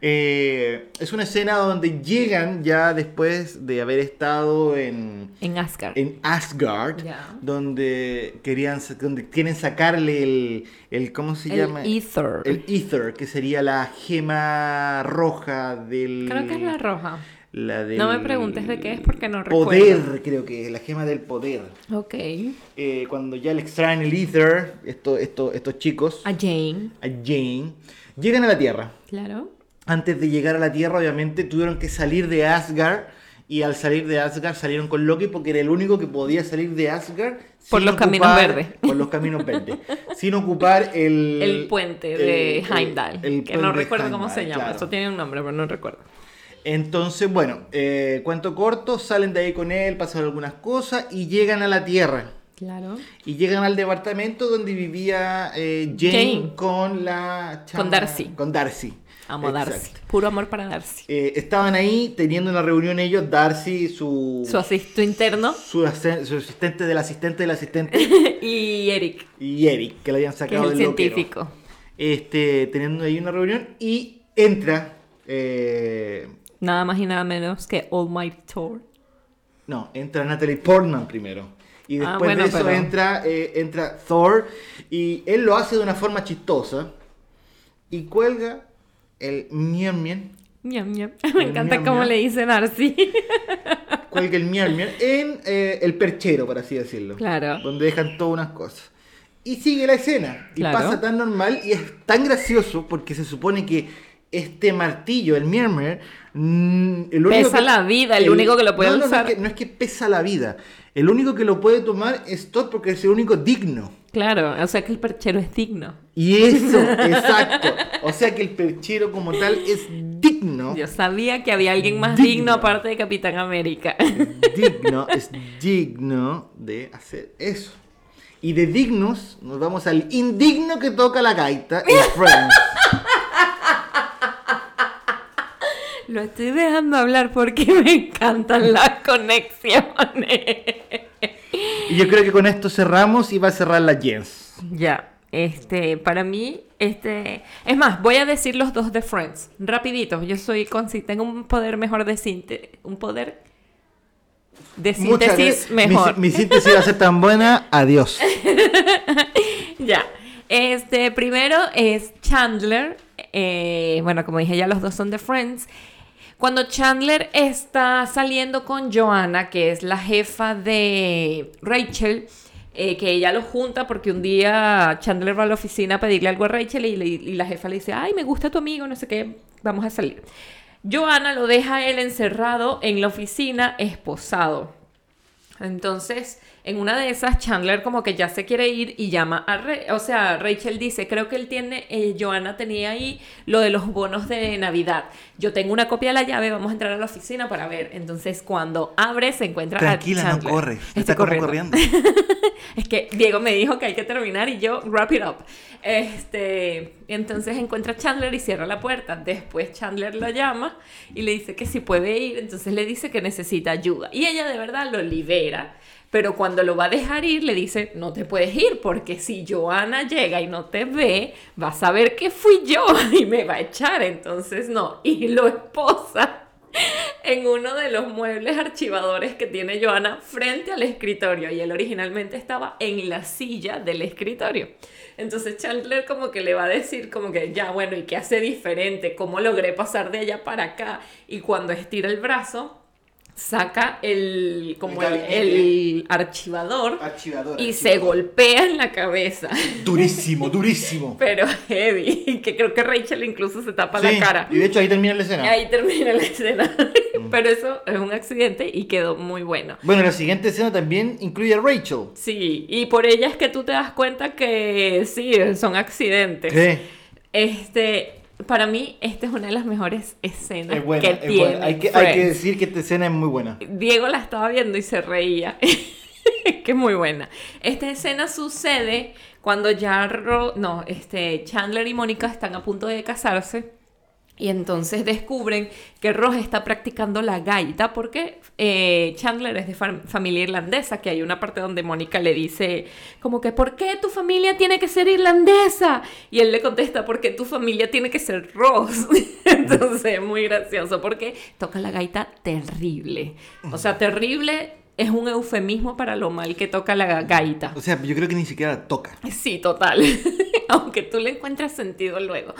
[SPEAKER 2] Eh, es una escena donde llegan ya después de haber estado en,
[SPEAKER 1] En Asgard.
[SPEAKER 2] en Asgard,
[SPEAKER 1] Ya.
[SPEAKER 2] donde querían sa- donde quieren sacarle el, el- ¿cómo se
[SPEAKER 1] El
[SPEAKER 2] llama?
[SPEAKER 1] Ether.
[SPEAKER 2] El ether, que sería la gema roja del
[SPEAKER 1] Creo que es la roja.
[SPEAKER 2] la del
[SPEAKER 1] No me preguntes de qué es porque no
[SPEAKER 2] poder,
[SPEAKER 1] recuerdo.
[SPEAKER 2] creo que es la gema del poder
[SPEAKER 1] Ok.
[SPEAKER 2] eh, cuando ya le extraen el ether, esto, esto- estos chicos,
[SPEAKER 1] A Jane.
[SPEAKER 2] a Jane, llegan a la Tierra.
[SPEAKER 1] Claro.
[SPEAKER 2] Antes de llegar a la Tierra, obviamente, tuvieron que salir de Asgard. Y al salir de Asgard salieron con Loki porque era el único que podía salir de Asgard.
[SPEAKER 1] Por
[SPEAKER 2] sin
[SPEAKER 1] los caminos verdes.
[SPEAKER 2] Por los caminos verdes. sin ocupar el...
[SPEAKER 1] [laughs] El puente de
[SPEAKER 2] el- el-
[SPEAKER 1] Heimdall.
[SPEAKER 2] el
[SPEAKER 1] que no
[SPEAKER 2] puente de
[SPEAKER 1] recuerdo cómo se
[SPEAKER 2] Heimdall,
[SPEAKER 1] llama.
[SPEAKER 2] claro.
[SPEAKER 1] Eso tiene un nombre, pero no recuerdo.
[SPEAKER 2] Entonces, bueno, eh, cuento corto, salen de ahí con él, pasan algunas cosas y llegan a la Tierra.
[SPEAKER 1] Claro.
[SPEAKER 2] Y llegan al departamento donde vivía eh, Jane,
[SPEAKER 1] Jane.
[SPEAKER 2] con la
[SPEAKER 1] Con Darcy.
[SPEAKER 2] Con Darcy.
[SPEAKER 1] Amo a Darcy.
[SPEAKER 2] Exacto.
[SPEAKER 1] Puro amor para Darcy.
[SPEAKER 2] Eh, estaban ahí teniendo una reunión ellos, Darcy, su,
[SPEAKER 1] Su asistente interno
[SPEAKER 2] su asen- su asistente del asistente
[SPEAKER 1] [laughs]
[SPEAKER 2] del asistente
[SPEAKER 1] y Eric,
[SPEAKER 2] y Eric, que le habían
[SPEAKER 1] que
[SPEAKER 2] sacado
[SPEAKER 1] es el
[SPEAKER 2] del loquero.
[SPEAKER 1] científico.
[SPEAKER 2] Este, teniendo ahí una reunión y entra. eh,
[SPEAKER 1] Nada más y nada menos que Almighty Thor.
[SPEAKER 2] no, entra Natalie Portman primero. Y
[SPEAKER 1] Ah,
[SPEAKER 2] después
[SPEAKER 1] bueno,
[SPEAKER 2] de eso
[SPEAKER 1] pero-
[SPEAKER 2] entra, eh, entra Thor. Y él lo hace de una forma chistosa. Y cuelga el Mien Mien.
[SPEAKER 1] Ñam, ñam. [laughs] Me
[SPEAKER 2] Ñam,
[SPEAKER 1] encanta
[SPEAKER 2] ñam,
[SPEAKER 1] cómo
[SPEAKER 2] ñam.
[SPEAKER 1] le dice Darcy.
[SPEAKER 2] Cuelga el Mien Mien en eh, el perchero, por así decirlo.
[SPEAKER 1] Claro.
[SPEAKER 2] Donde dejan todas unas cosas. Y sigue la escena. Y
[SPEAKER 1] Claro.
[SPEAKER 2] pasa tan normal y es tan gracioso porque se supone que este martillo, el mm, Miermer,
[SPEAKER 1] Pesa la vida, el único que lo puede
[SPEAKER 2] no, no, no,
[SPEAKER 1] usar.
[SPEAKER 2] es que- no es que pesa la vida. El único que lo puede tomar es Todd porque es el único digno.
[SPEAKER 1] [laughs] Claro, o sea que el perchero es digno.
[SPEAKER 2] Y
[SPEAKER 1] [laughs]
[SPEAKER 2] eso, exacto. O sea que el perchero como tal es digno.
[SPEAKER 1] Yo sabía que había alguien más
[SPEAKER 2] Digno.
[SPEAKER 1] digno, aparte de Capitán América. [laughs]
[SPEAKER 2] Es digno, es digno de hacer eso. Y de dignos nos vamos al indigno que toca la gaita
[SPEAKER 1] [laughs]
[SPEAKER 2] en Friends.
[SPEAKER 1] Lo estoy dejando hablar porque [laughs] me encantan las conexiones.
[SPEAKER 2] Y yo creo que con esto cerramos y va a cerrar la Jens.
[SPEAKER 1] Ya, este, para mí, este, es más, voy a decir los dos de Friends, rapidito. Yo soy consi tengo un poder mejor de síntesis, un poder de
[SPEAKER 2] Muchas
[SPEAKER 1] síntesis
[SPEAKER 2] gra-
[SPEAKER 1] mejor.
[SPEAKER 2] Mi, mi síntesis va a ser tan buena. Adiós.
[SPEAKER 1] [laughs] Ya. Este, primero es Chandler. eh, bueno, como dije ya, los dos son de Friends. Cuando Chandler está saliendo con Joanna, que es la jefa de Rachel, eh, que ella lo junta porque un día Chandler va a la oficina a pedirle algo a Rachel y, le- y la jefa le dice, ay, me gusta tu amigo, no sé qué, vamos a salir. Joanna lo deja a él encerrado en la oficina, esposado. Entonces, En una de esas, Chandler como que ya se quiere ir y llama a Ra- O sea, Rachel dice, creo que él tiene, eh, Joanna tenía ahí lo de los bonos de Navidad. Yo tengo una copia de la llave, vamos a entrar a la oficina para ver. Entonces, cuando abre, se encuentra a
[SPEAKER 2] Tranquila, no
[SPEAKER 1] Chandler.
[SPEAKER 2] corres.
[SPEAKER 1] Estoy
[SPEAKER 2] está corriendo.
[SPEAKER 1] es que Diego me dijo que hay que terminar y yo wrap it up. Este, entonces encuentra a Chandler y cierra la puerta. Después Chandler lo llama y le dice que si puede ir, entonces le dice que necesita ayuda. Y ella de verdad lo libera, pero cuando lo va a dejar ir le dice, "No te puedes ir porque si Joana llega y no te ve, va a saber que fui yo [laughs] y me va a echar." Entonces, no, y lo esposa en uno de los muebles archivadores que tiene Joana frente al escritorio y él originalmente estaba en la silla del escritorio. Entonces Chandler como que le va a decir como que ya bueno, ¿y qué hace diferente? ¿Cómo logré pasar de allá para acá? Y cuando estira el brazo, saca el como el, el archivador
[SPEAKER 2] Archivador.
[SPEAKER 1] y se golpea en la cabeza, [laughs]
[SPEAKER 2] Durísimo, durísimo.
[SPEAKER 1] pero heavy, que creo que Rachel incluso se tapa
[SPEAKER 2] Sí,
[SPEAKER 1] la cara.
[SPEAKER 2] Y de hecho ahí termina la escena.
[SPEAKER 1] Y ahí termina la escena.
[SPEAKER 2] Mm.
[SPEAKER 1] [laughs] Pero eso es un accidente y quedó muy bueno.
[SPEAKER 2] Bueno, la siguiente escena también incluye a Rachel.
[SPEAKER 1] Sí, y por ella es que tú te das cuenta que sí, son accidentes.
[SPEAKER 2] Sí,
[SPEAKER 1] Este, para mí, esta es una de las mejores escenas
[SPEAKER 2] es buena,
[SPEAKER 1] que
[SPEAKER 2] es
[SPEAKER 1] tiene.
[SPEAKER 2] buena. Hay que, hay que
[SPEAKER 1] Friends.
[SPEAKER 2] decir que esta escena es muy buena.
[SPEAKER 1] Diego la estaba viendo y se reía. [laughs] que es muy buena. Esta escena sucede cuando ya Ro- no, este Chandler y Mónica están a punto de casarse. Y entonces descubren que Ross está practicando la gaita porque eh, Chandler es de fam- familia irlandesa, que hay una parte donde Mónica le dice como que ¿por qué tu familia tiene que ser irlandesa? Y él le contesta porque tu familia tiene que ser Ross. [laughs] entonces es muy gracioso porque toca la gaita terrible. O sea, terrible es un eufemismo para lo mal que toca la gaita.
[SPEAKER 2] O sea, yo creo que ni siquiera la toca.
[SPEAKER 1] [laughs] Sí, total. Aunque tú le encuentras sentido luego.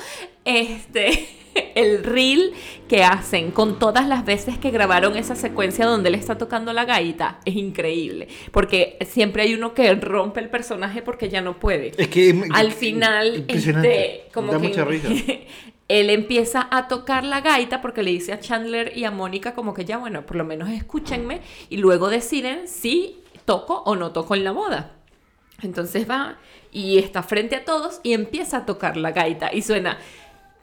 [SPEAKER 1] Este, [laughs] el reel que hacen con todas las veces que grabaron esa secuencia donde él está tocando la gaita es increíble. Porque siempre hay uno que rompe el personaje porque ya no puede.
[SPEAKER 2] Es que es-
[SPEAKER 1] Al
[SPEAKER 2] es-
[SPEAKER 1] final,
[SPEAKER 2] impresionante.
[SPEAKER 1] este, como
[SPEAKER 2] da
[SPEAKER 1] que [laughs]
[SPEAKER 2] mucha risa.
[SPEAKER 1] él empieza a tocar la gaita porque le dice a Chandler y a Mónica como que ya, bueno, por lo menos escúchenme y luego deciden si toco o no toco en la boda. Entonces va y está frente a todos y empieza a tocar la gaita y suena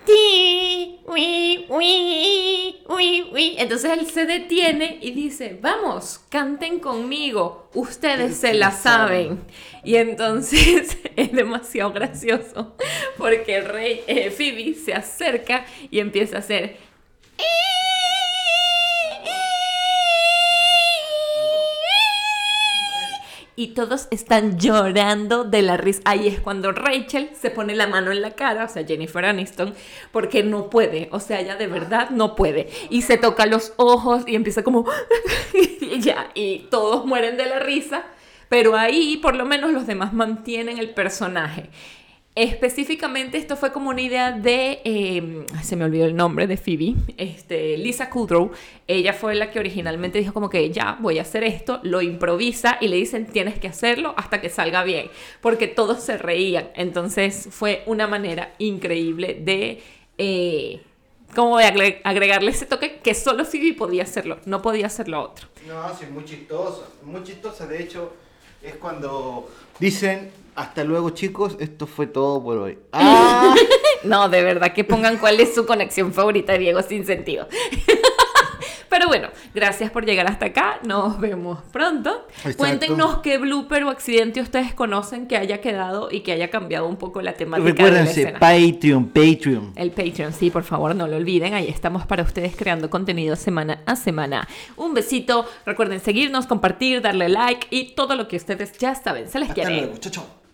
[SPEAKER 1] ti, ui, ui, ui, ui. Entonces él se detiene y dice, vamos, canten conmigo, ustedes se la saben. Y entonces [laughs] es demasiado gracioso porque Rey, eh, Phoebe se acerca y empieza a hacer... y todos están llorando de la risa. Ahí es cuando Rachel se pone la mano en la cara, o sea, Jennifer Aniston, porque no puede, o sea, ella de verdad no puede. Y se toca los ojos y empieza como... [laughs] y ya, y todos mueren de la risa, pero ahí por lo menos los demás mantienen el personaje. Específicamente esto fue como una idea de, eh, se me olvidó el nombre de Phoebe, este, Lisa Kudrow. Ella fue la que originalmente dijo como que ya voy a hacer esto, lo improvisa y le dicen tienes que hacerlo hasta que salga bien, porque todos se reían. Entonces fue una manera increíble de... eh, como de agre- agregarle ese toque que solo Phoebe podía hacerlo, no podía hacerlo otro.
[SPEAKER 2] No, sí, es muy chistosa. Muy chistosa, de hecho, es cuando dicen hasta luego, chicos, esto fue todo por
[SPEAKER 1] [laughs]
[SPEAKER 2] hoy. ¡Ah!
[SPEAKER 1] No, de verdad que pongan cuál es su conexión favorita de Diego sin sentido. [laughs] Pero bueno, gracias por llegar hasta acá. Nos vemos pronto.
[SPEAKER 2] Exacto.
[SPEAKER 1] Cuéntenos qué blooper o accidente ustedes conocen que haya quedado y que haya cambiado un poco la temática de
[SPEAKER 2] Recuérdense,
[SPEAKER 1] la escena. Este,
[SPEAKER 2] Patreon, Patreon.
[SPEAKER 1] El Patreon, sí, por favor, no lo olviden. Ahí estamos para ustedes creando contenido semana a semana. Un besito. Recuerden seguirnos, compartir, darle like y todo lo que ustedes ya saben. Se les
[SPEAKER 2] Hasta
[SPEAKER 1] quiere.
[SPEAKER 2] luego, chao, chao.